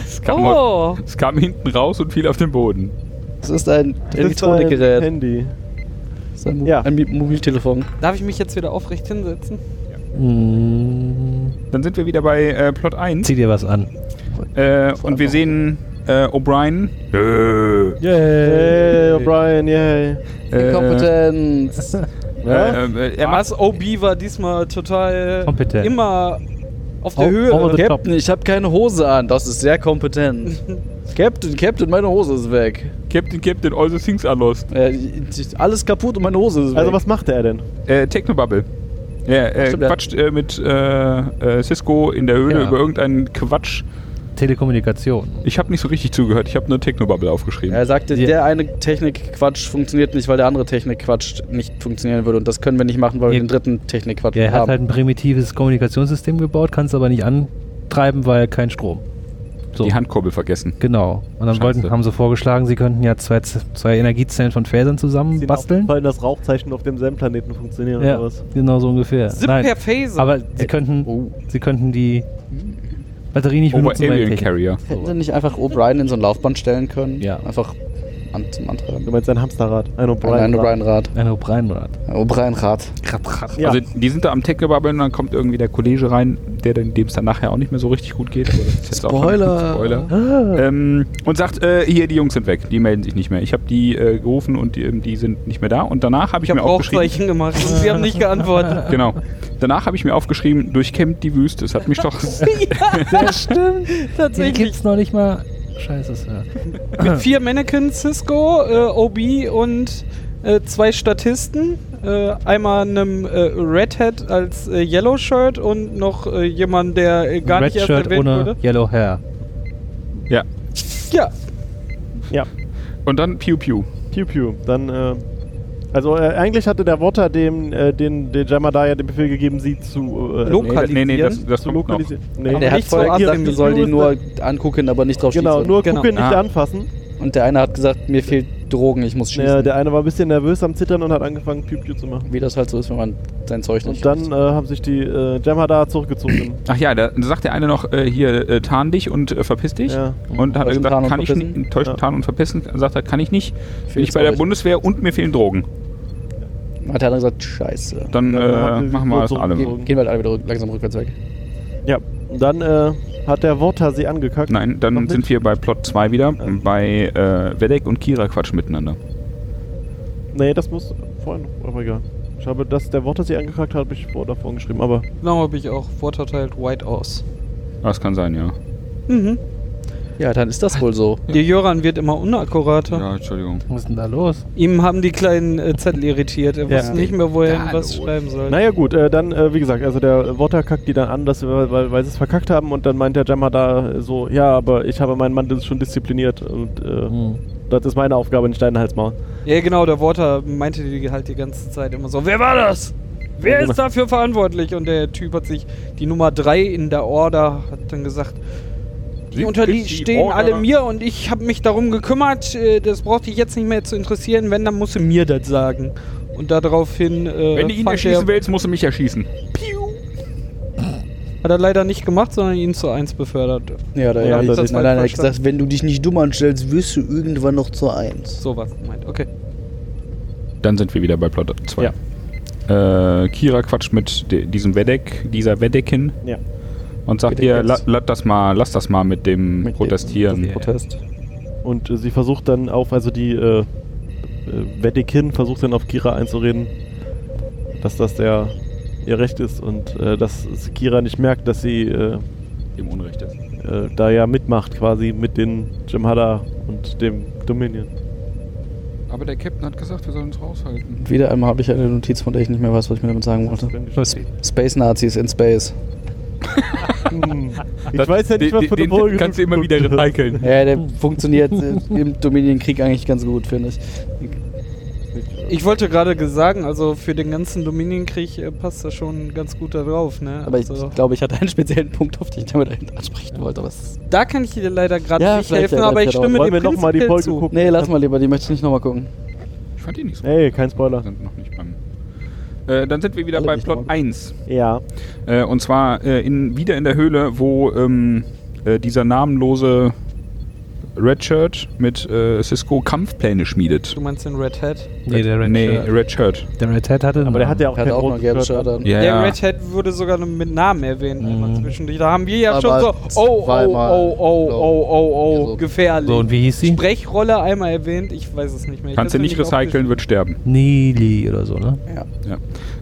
Speaker 5: Es kam,
Speaker 1: Oh,
Speaker 5: es kam hinten raus und fiel auf den Boden.
Speaker 2: Das ist ein
Speaker 3: Das ist ein
Speaker 2: Elektronikgerät.
Speaker 3: Handy.
Speaker 2: Das ist ein, Mo-
Speaker 3: Ja.
Speaker 2: ein Mi- Mobiltelefon.
Speaker 1: darf ich mich jetzt wieder aufrecht hinsetzen?
Speaker 4: Ah. Mhm.
Speaker 5: Dann sind wir wieder bei äh, Plot 1.
Speaker 4: Zieh dir was an.
Speaker 5: Äh, und wir sehen äh, O'Brien. Äh,
Speaker 3: Hey, O'Brien, yay.
Speaker 5: äh,
Speaker 2: Inkompetenz.
Speaker 5: äh, äh, er macht
Speaker 1: Was? OB war diesmal total
Speaker 4: Kompetent.
Speaker 1: immer auf der
Speaker 4: Oh,
Speaker 1: Höhe.
Speaker 4: over the top.
Speaker 2: Captain, ich habe keine Hose an. Das ist sehr kompetent. Captain, Captain, meine Hose ist weg.
Speaker 5: Captain, Captain, all the things are lost.
Speaker 2: Äh, ich- alles kaputt und meine Hose ist weg.
Speaker 3: Also was macht er denn?
Speaker 5: Äh, Technobubble. Ja, äh,
Speaker 2: Stimmt, ja.
Speaker 5: quatscht äh, mit äh, äh, Cisco in der Höhle
Speaker 4: Ja.
Speaker 5: über irgendeinen Quatsch.
Speaker 4: Telekommunikation.
Speaker 5: Ich habe nicht so richtig zugehört. Ich habe nur Technobubble aufgeschrieben.
Speaker 2: Er sagte,
Speaker 4: Ja.
Speaker 2: der eine Technik-Quatsch funktioniert nicht, weil der andere Technik-Quatsch nicht funktionieren würde. Und das können wir nicht machen, weil wir
Speaker 4: Ja.
Speaker 2: den dritten Technik-Quatsch
Speaker 4: Ja, er hat
Speaker 2: haben.
Speaker 4: halt ein primitives Kommunikationssystem gebaut, kann es aber nicht antreiben, weil kein Strom. So.
Speaker 5: Die Handkurbel vergessen.
Speaker 4: Genau. Und dann
Speaker 5: Scheiße.
Speaker 4: wollten, haben sie vorgeschlagen, sie könnten ja zwei, zwei Energiezellen von Fäsern zusammen
Speaker 3: Ihnen
Speaker 4: basteln.
Speaker 3: aufgefallen, dass Rauchzeichen auf demselben Planeten funktionieren
Speaker 4: Ja,
Speaker 3: oder was?
Speaker 4: genau so ungefähr.
Speaker 1: Zip
Speaker 4: Nein,
Speaker 1: per Phaser.
Speaker 4: aber sie könnten,
Speaker 2: Oh.
Speaker 4: sie könnten die Batterie nicht
Speaker 5: Over
Speaker 4: benutzen. weil
Speaker 5: Oh, Alien
Speaker 4: Technik-
Speaker 5: Carrier.
Speaker 2: Hätten sie nicht einfach O'Brien in so ein Laufband stellen können?
Speaker 4: Ja.
Speaker 2: Einfach an, zum Antreiben.
Speaker 3: Du meinst ein Hamsterrad, ein
Speaker 2: Ein
Speaker 3: O'Brien.
Speaker 2: O'Brien-Rad.
Speaker 4: Ein O'Brien-Rad.
Speaker 2: Ein O'Brien-Rad.
Speaker 3: Ja.
Speaker 5: Also die sind da am Technobubble und dann kommt irgendwie der Kollege rein, der dann dem es dann nachher auch nicht mehr so richtig gut geht. Aber das ist jetzt auch schon-
Speaker 2: Spoiler.
Speaker 5: Spoiler. ähm, und sagt, äh, hier die Jungs sind weg, die melden sich nicht mehr. Ich habe die äh, gerufen und die, ähm, die sind nicht mehr da. Und danach habe ich,
Speaker 1: ich habe
Speaker 5: mir aufgeschrieben.
Speaker 1: Rauchzeichen gemacht und sie haben nicht geantwortet.
Speaker 5: Genau. Danach habe ich mir aufgeschrieben, durchkämmt die Wüste. Es hat mich doch
Speaker 4: Das stimmt. Die
Speaker 1: Tatsächlich.
Speaker 4: gibt's noch nicht mal. Scheiße, ist ja.
Speaker 1: Mit vier Mannequins, Cisco, äh, OB und äh, zwei Statisten. Äh, einmal einem äh, Red Hat als äh, Yellow Shirt und noch äh, jemand, der äh, gar
Speaker 4: Red
Speaker 1: nicht erst
Speaker 4: Shirt
Speaker 1: erwähnt
Speaker 4: ohne
Speaker 1: wurde.
Speaker 4: Yellow Hair.
Speaker 5: Ja.
Speaker 1: Ja,
Speaker 3: Ja,
Speaker 5: Und dann Piu Piu.
Speaker 3: Pew Pew. Dann, äh, also äh, eigentlich hatte der Wotter dem, äh, den, den Jamadai ja den Befehl gegeben, sie zu äh,
Speaker 1: Lok-
Speaker 5: Nee, nee, nee, das,
Speaker 1: Lokalisieren?
Speaker 5: das
Speaker 3: zu
Speaker 5: kommt noch.
Speaker 3: lokalisieren. Nee.
Speaker 1: Aber
Speaker 2: Der hat
Speaker 1: nicht so
Speaker 2: vorher gesagt,
Speaker 1: abstimmen.
Speaker 2: wir sollen die nur angucken, aber nicht drauf
Speaker 3: Genau,
Speaker 2: schießen.
Speaker 3: nur
Speaker 1: Genau.
Speaker 3: gucken, nicht
Speaker 5: Ah.
Speaker 3: anfassen.
Speaker 2: Und der eine hat gesagt, mir fehlt Drogen, ich muss schießen.
Speaker 3: Ja, der eine war ein bisschen nervös am Zittern und hat angefangen, Pew Pew zu machen.
Speaker 2: Wie das halt so ist, wenn man sein Zeug nicht
Speaker 3: Und dann
Speaker 2: schießt.
Speaker 3: äh, haben sich die äh, Jamadar zurückgezogen.
Speaker 5: Ach ja, da da sagt der eine noch, äh, hier, äh, tarn dich und äh, verpiss dich.
Speaker 3: Ja.
Speaker 5: Und hat er
Speaker 2: Täuschen,
Speaker 5: gesagt,
Speaker 2: tarnen und
Speaker 5: kann ich
Speaker 2: verpissen.
Speaker 5: nicht, täuschen,
Speaker 3: Ja.
Speaker 5: tarnen und verpissen. Sagt er, kann ich nicht. Bin ich
Speaker 2: Fehlt's
Speaker 5: bei
Speaker 2: auch
Speaker 5: der
Speaker 2: nicht.
Speaker 5: Bundeswehr und mir fehlen Drogen.
Speaker 2: hat der andere gesagt, scheiße.
Speaker 5: Dann
Speaker 3: Ja, dann haben
Speaker 5: äh,
Speaker 3: sie
Speaker 5: machen wir
Speaker 3: sich
Speaker 5: das
Speaker 3: so
Speaker 5: alle.
Speaker 3: zurückgezogen.
Speaker 2: Gehen wir halt alle wieder rück- langsam rückwärts weg.
Speaker 3: ja, und dann äh, hat der Wotter sie angekackt.
Speaker 5: Nein,
Speaker 3: Noch
Speaker 5: dann
Speaker 3: nicht?
Speaker 5: sind wir bei Plot 2 wieder, bei äh, Vedek und Kira quatschen miteinander.
Speaker 3: Nee, das muss vorhin noch, aber egal. Ich habe, dass der Wotter sie angekackt hat, habe ich vor davon geschrieben, aber
Speaker 1: genau habe ich auch vorteilt White aus.
Speaker 5: Ah, Das kann sein, ja.
Speaker 1: Mhm.
Speaker 2: Ja, dann ist das wohl so.
Speaker 1: Der Jöran wird immer unakkurater.
Speaker 5: Ja, Entschuldigung.
Speaker 4: Was ist denn da los?
Speaker 1: Ihm haben die kleinen äh, Zettel irritiert. Er
Speaker 3: Ja.
Speaker 1: wusste nicht mehr, wo er
Speaker 5: Da
Speaker 1: hin was
Speaker 5: los.
Speaker 1: schreiben soll.
Speaker 3: Naja gut, äh, dann, äh, wie gesagt, also der Wotter kackt die dann an, dass wir, weil, weil sie es verkackt haben und dann meint der Jammer da so, ja, aber ich habe meinen Mantel schon diszipliniert und äh,
Speaker 4: Hm.
Speaker 3: das ist meine Aufgabe in Steinhalsmaul.
Speaker 1: Ja, genau, der Worter meinte die halt die ganze Zeit immer so: Wer war das? Wer
Speaker 4: genau.
Speaker 1: ist dafür verantwortlich? Und der Typ hat sich die Nummer 3 in der Order hat dann gesagt: Die unterstehen alle mir und ich habe mich darum gekümmert. äh, Das braucht dich jetzt nicht mehr zu interessieren. Wenn, dann musst du mir das sagen. Und daraufhin. Äh,
Speaker 5: Wenn du ihn
Speaker 1: fand
Speaker 5: erschießen
Speaker 1: der,
Speaker 5: willst, musst du mich erschießen.
Speaker 1: Hat er leider nicht gemacht, sondern ihn zu 1 befördert.
Speaker 2: Ja, da
Speaker 1: Oder
Speaker 2: ja,
Speaker 1: hat
Speaker 2: ich,
Speaker 1: er
Speaker 2: nein,
Speaker 1: das
Speaker 2: nein, er hat
Speaker 1: falsch
Speaker 2: gesagt, wenn du dich nicht dumm anstellst, wirst du irgendwann noch zur Eins.
Speaker 1: So was gemeint. Okay.
Speaker 5: Dann sind wir wieder bei Plot 2. Äh, Kira quatscht mit de- diesem Wedek, dieser Wedekin
Speaker 3: Ja.
Speaker 5: und sagt
Speaker 2: Wedek
Speaker 5: ihr, la,
Speaker 2: jetzt.
Speaker 5: la, das mal, lass das mal mit dem
Speaker 2: Mit dem-
Speaker 5: Protestieren.
Speaker 4: das-
Speaker 2: Protest.
Speaker 3: Und äh, sie versucht dann auf, also die äh, äh, Vatican versucht dann auf Kira einzureden, dass das der ihr Recht ist und äh, dass es Kira nicht merkt, dass sie äh,
Speaker 5: Dem Unrecht ist.
Speaker 3: äh, da ja mitmacht quasi mit den Jem'Hadar und dem Dominion.
Speaker 5: Aber der Captain hat gesagt, wir sollen uns raushalten.
Speaker 2: Wieder einmal habe ich eine Notiz, von der ich nicht mehr weiß, was ich mir damit sagen wollte.
Speaker 1: Was?
Speaker 2: Space Nazis in Space.
Speaker 3: Hm. Ich weiß ja nicht, was für eine
Speaker 5: den,
Speaker 3: Folge
Speaker 5: den kannst du
Speaker 3: du
Speaker 5: immer wieder
Speaker 3: geguckt hast.
Speaker 5: recyceln.
Speaker 2: Ja, der funktioniert äh, im Dominion-Krieg eigentlich ganz gut, finde ich.
Speaker 1: Ich wollte gerade ge- sagen, also für den ganzen Dominienkrieg äh, passt das schon ganz gut da drauf, ne?
Speaker 2: Aber ich
Speaker 1: also,
Speaker 2: glaube, ich hatte einen speziellen Punkt, auf den ich damit ansprechen wollte. Aber es
Speaker 1: da kann ich dir leider gerade
Speaker 2: Ja,
Speaker 1: nicht
Speaker 2: vielleicht
Speaker 1: helfen,
Speaker 2: ja,
Speaker 1: aber ich
Speaker 2: vielleicht
Speaker 1: stimme
Speaker 3: auch. Wollen
Speaker 1: dir
Speaker 3: wir noch mal die
Speaker 1: prinzipiell
Speaker 3: Folge
Speaker 1: zu.
Speaker 3: gucken?
Speaker 2: nee, lass mal lieber, die möchte ich nicht nochmal gucken.
Speaker 5: Ich fand ihn nicht so.
Speaker 3: Nee, kein Spoiler.
Speaker 5: Wir sind noch nicht beim. Äh, dann sind wir wieder
Speaker 2: Alle
Speaker 5: bei
Speaker 2: nicht
Speaker 5: Plot
Speaker 2: mal.
Speaker 5: 1.
Speaker 3: Ja.
Speaker 5: Äh, und zwar äh, in, wieder in der Höhle, wo ähm, äh, dieser namenlose Redshirt mit äh, Cisco Kampfpläne schmiedet.
Speaker 1: Du meinst den Red Hat?
Speaker 4: Nee, der Red,
Speaker 5: nee,
Speaker 4: Shirt.
Speaker 5: Redshirt.
Speaker 4: der Red Hat hatte. einen
Speaker 3: Aber der hat ja auch
Speaker 2: Er hat
Speaker 3: kein
Speaker 2: auch noch ein
Speaker 3: rotes
Speaker 2: gelbes
Speaker 3: Shirt
Speaker 2: Shirt
Speaker 3: an.
Speaker 2: an.
Speaker 5: Ja,
Speaker 1: Der
Speaker 5: ja.
Speaker 1: Red Hat wurde sogar noch mit Namen erwähnt, einmal
Speaker 4: Mhm.
Speaker 1: zwischendurch. Da haben wir ja
Speaker 2: Aber
Speaker 1: schon so, oh, oh,
Speaker 2: zweimal,
Speaker 1: oh, oh,
Speaker 2: glaub
Speaker 1: oh, oh,
Speaker 2: Ja,
Speaker 1: oh,
Speaker 2: so.
Speaker 1: gefährlich.
Speaker 4: So, und wie hieß sie?
Speaker 1: Sprechrolle einmal erwähnt, ich weiß es nicht mehr. Ich
Speaker 5: Kannst du
Speaker 1: hab's mir
Speaker 5: nicht recyceln, wird sterben.
Speaker 4: Nili oder so, ne?
Speaker 2: Ja.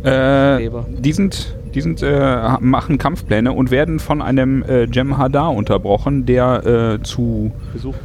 Speaker 5: Ja. Äh,
Speaker 1: Leber.
Speaker 5: die sind, die sind, äh, ha- machen Kampfpläne und werden von einem äh, Jem Hadar unterbrochen, der äh, zu,
Speaker 3: also Besuch.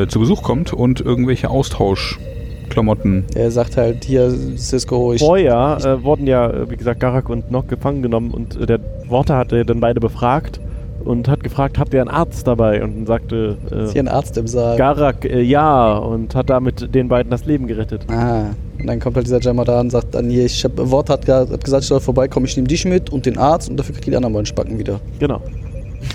Speaker 5: äh, zu Besuch kommt und irgendwelche Austauschklamotten.
Speaker 2: Er sagt halt, hier, Cisco, ich.
Speaker 3: Vorher äh, wurden ja, äh, wie gesagt, Garak und Nock gefangen genommen und äh, der Worte hatte dann beide befragt und hat gefragt, habt ihr einen Arzt dabei? Und dann sagte
Speaker 2: Ist hier
Speaker 3: äh,
Speaker 2: ein Arzt im Saal.
Speaker 3: Garak äh, ja und hat damit den beiden das Leben gerettet.
Speaker 2: Ah, und dann kommt halt dieser Jammer da und sagt dann hier, ich hab, Wort hat, ge- hat gesagt, ich soll vorbeikommen, ich nehme dich mit und den Arzt und dafür kriegt die anderen beiden Spacken wieder.
Speaker 3: Genau.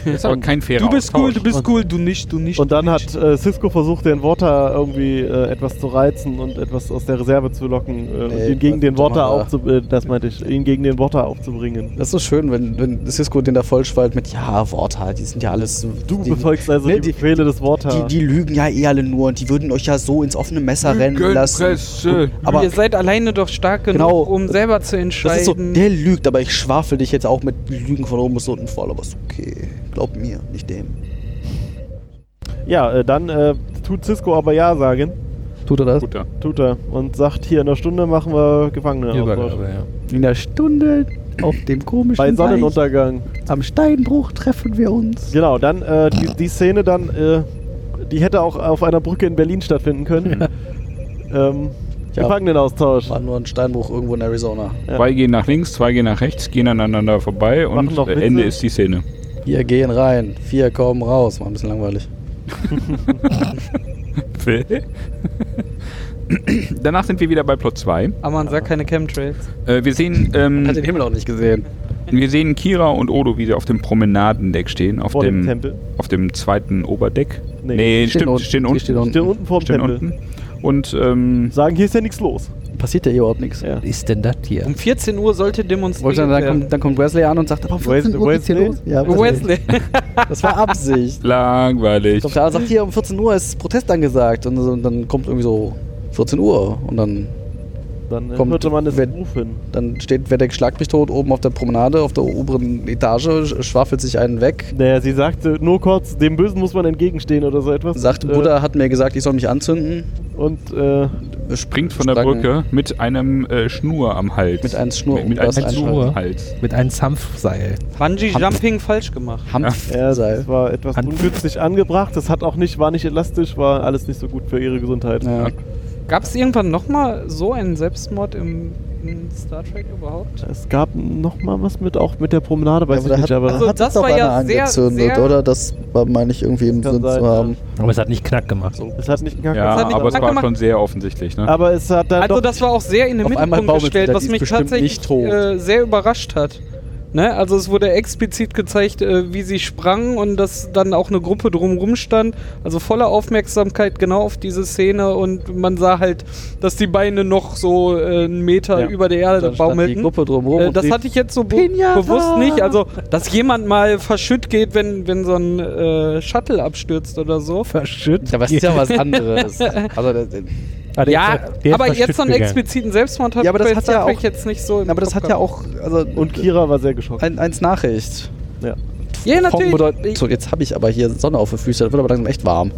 Speaker 5: Das ist aber kein fairer
Speaker 1: Du bist cool,
Speaker 5: Austausch.
Speaker 1: du bist cool, du nicht, du nicht.
Speaker 3: Und dann
Speaker 1: du
Speaker 3: hat äh, Cisco versucht, den Worter irgendwie äh, etwas zu reizen und etwas aus der Reserve zu locken, äh,
Speaker 2: Nee,
Speaker 3: und ihn gegen den
Speaker 2: was soll man
Speaker 3: Worter
Speaker 2: da?
Speaker 3: aufzu äh, das meinte ich, ihn gegen den Worter aufzubringen.
Speaker 2: Das ist so schön, wenn, wenn Cisco den da vollschwallt mit, ja, Wort halt, die sind ja alles.
Speaker 3: Du
Speaker 2: die,
Speaker 3: befolgst also
Speaker 2: ne,
Speaker 3: die, Befehle des Worter.
Speaker 2: Die, die lügen ja eh alle nur und die würden euch ja so ins offene Messer rennen lassen.
Speaker 5: Lügenpresse.
Speaker 2: Aber
Speaker 1: Ihr seid alleine doch stark genug,
Speaker 2: Genau.
Speaker 1: um selber zu entscheiden.
Speaker 2: das ist so, der lügt, aber ich schwafel dich jetzt auch mit Lügen von oben bis unten voll, aber ist okay. Glaub mir, nicht dem.
Speaker 3: ja, äh, dann äh, tut Cisco aber Ja sagen.
Speaker 2: Tut er das?
Speaker 5: Guter.
Speaker 3: Tut er. Und sagt, hier in einer Stunde machen wir Gefangene.
Speaker 4: Übergabe, ja.
Speaker 2: In der Stunde auf dem komischen
Speaker 3: Bei Sonnenuntergang.
Speaker 2: am Steinbruch treffen wir uns.
Speaker 3: Genau, dann äh, die, die Szene dann, äh, die hätte auch auf einer Brücke in Berlin stattfinden können. ähm,
Speaker 2: Ja.
Speaker 3: Gefangenenaustausch.
Speaker 2: War nur ein Steinbruch irgendwo in Arizona.
Speaker 5: Zwei gehen nach links, zwei gehen nach rechts, gehen aneinander vorbei
Speaker 3: Machen
Speaker 5: und
Speaker 3: noch
Speaker 5: äh,
Speaker 3: Witze.
Speaker 5: Ende ist die Szene.
Speaker 2: Wir gehen rein, vier kommen raus. War ein bisschen langweilig.
Speaker 5: Danach sind wir wieder bei Plot 2.
Speaker 1: Aber man sagt keine Chemtrails.
Speaker 5: Äh, wir, sehen, ähm,
Speaker 2: Hat den Himmel auch nicht gesehen.
Speaker 5: wir sehen Kira und Odo, wie sie auf dem Promenadendeck stehen, auf
Speaker 3: Vor dem
Speaker 5: dem,
Speaker 3: Tempel.
Speaker 5: auf dem zweiten Oberdeck.
Speaker 3: Nee.
Speaker 5: Nee,
Speaker 2: Die stehen
Speaker 5: stimmt,
Speaker 2: unten.
Speaker 5: sie stehen
Speaker 2: Die
Speaker 5: unten.
Speaker 2: stehen
Speaker 5: Stehen
Speaker 2: unten.
Speaker 5: unten.
Speaker 3: Stehen unten vorm Tempel.
Speaker 5: Und ähm,
Speaker 3: Sagen, hier ist ja nichts los.
Speaker 2: Passiert ja hier überhaupt nichts.
Speaker 3: Ja.
Speaker 4: Was ist denn das hier?
Speaker 1: Um 14 Uhr sollte demonstriert
Speaker 2: Wollte dann, dann, kommt,
Speaker 1: werden.
Speaker 2: dann kommt Wesley an und sagt, aber um
Speaker 3: Wes-
Speaker 2: 14 Uhr geht's hier
Speaker 3: Wesley?
Speaker 2: los. Ja,
Speaker 1: Wesley.
Speaker 2: Das war Absicht.
Speaker 5: langweilig.
Speaker 2: Kommt da und sagt, hier um 14 Uhr ist Protest angesagt. Und, so- und dann kommt irgendwie so 14 Uhr. Und dann,
Speaker 3: Dann äh,
Speaker 2: Kommt,
Speaker 3: hörte man das
Speaker 2: wenn-
Speaker 3: Ruf hin.
Speaker 2: dann steht Wedeck schlag mich tot oben auf der Promenade, auf der oberen Etage, sch- schwafelt sich einen weg.
Speaker 3: Naja, sie sagte nur kurz, dem Bösen muss man entgegenstehen oder so etwas.
Speaker 2: Sagt,
Speaker 3: äh,
Speaker 2: Buddha hat mir gesagt, ich soll mich anzünden.
Speaker 3: Und äh,
Speaker 5: Springt von der
Speaker 2: Sprang
Speaker 5: Brücke mit einem äh, Schnur am Hals.
Speaker 2: Mit einem Schnur
Speaker 5: Mit, mit
Speaker 2: um
Speaker 5: einem
Speaker 2: das
Speaker 5: Schnur am
Speaker 4: einschalten.
Speaker 5: Hals.
Speaker 4: Mit einem Sanfseil.
Speaker 1: Bungee Jumping falsch gemacht.
Speaker 3: ja,
Speaker 2: Hampfseil.
Speaker 3: es war etwas
Speaker 4: Hand-
Speaker 3: ungünstig angebracht. Das hat auch nicht, war nicht elastisch, war alles nicht so gut für ihre Gesundheit.
Speaker 2: Ja.
Speaker 1: Gab es irgendwann nochmal so einen Selbstmord im, in Star Trek überhaupt?
Speaker 3: Es gab noch mal was mit, auch mit der Promenade, weiß
Speaker 2: aber da
Speaker 3: ich
Speaker 2: hat,
Speaker 3: nicht, aber
Speaker 1: Also
Speaker 2: hat
Speaker 1: das
Speaker 2: doch
Speaker 1: war
Speaker 2: einer
Speaker 1: ja sehr,
Speaker 2: angezündet,
Speaker 1: sehr-
Speaker 2: oder? Das war, meine ich irgendwie im
Speaker 3: Kann
Speaker 2: Sinn
Speaker 3: sein,
Speaker 2: zu
Speaker 3: ja.
Speaker 2: haben.
Speaker 4: Aber es hat nicht knack gemacht.
Speaker 3: es hat nicht
Speaker 5: Ja,
Speaker 1: hat
Speaker 3: gehackert.
Speaker 1: nicht
Speaker 5: aber es
Speaker 1: knack
Speaker 5: war
Speaker 1: gemacht.
Speaker 5: schon sehr offensichtlich. Ne?
Speaker 3: aber es hat dann
Speaker 1: Also
Speaker 3: doch
Speaker 1: das war auch sehr in den
Speaker 2: Äh, Auf einmal
Speaker 1: Mittelpunkt
Speaker 2: baumelt
Speaker 1: gestellt,
Speaker 2: wieder,
Speaker 1: was
Speaker 2: die ist
Speaker 1: mich
Speaker 2: bestimmt
Speaker 1: tatsächlich
Speaker 2: nicht tot.
Speaker 1: Äh, sehr überrascht hat. Ne? Also es wurde explizit gezeigt, äh, wie sie sprangen und dass dann auch eine Gruppe drumrum stand. Also voller Aufmerksamkeit genau auf diese Szene und man sah halt, dass die Beine noch so äh, einen Meter
Speaker 2: Ja.
Speaker 1: über der Erde
Speaker 2: Dann stand die
Speaker 1: baumelten.
Speaker 2: Gruppe drumherum.
Speaker 1: Äh,
Speaker 2: und
Speaker 1: das
Speaker 2: rief,
Speaker 1: hatte ich jetzt so be
Speaker 2: Piñata!
Speaker 1: bewusst nicht. Also, dass jemand mal verschütt geht, wenn, wenn so ein äh, Shuttle abstürzt oder so.
Speaker 4: Verschütt.
Speaker 2: Ja, aber es ist ja was anderes. Also, das,
Speaker 4: Ah, der
Speaker 1: ja,
Speaker 4: ist ver- der ist
Speaker 1: aber
Speaker 4: verschütt
Speaker 1: jetzt so einen
Speaker 4: gegangen.
Speaker 1: expliziten Selbstmord hat
Speaker 2: Ja, aber das
Speaker 1: bei
Speaker 2: hat
Speaker 1: Star
Speaker 2: ja
Speaker 1: Trek
Speaker 2: auch-
Speaker 1: jetzt nicht so. im
Speaker 2: aber das
Speaker 1: Kopf
Speaker 2: hat ja
Speaker 1: gehabt.
Speaker 2: auch also,
Speaker 3: Und Kira war sehr geschockt.
Speaker 2: ein, eins Nachricht.
Speaker 3: Ja.
Speaker 1: Ja,
Speaker 2: Von
Speaker 1: natürlich.
Speaker 2: bedeutet, so, jetzt habe ich aber hier Sonne auf den Füßen, das wird aber langsam echt warm.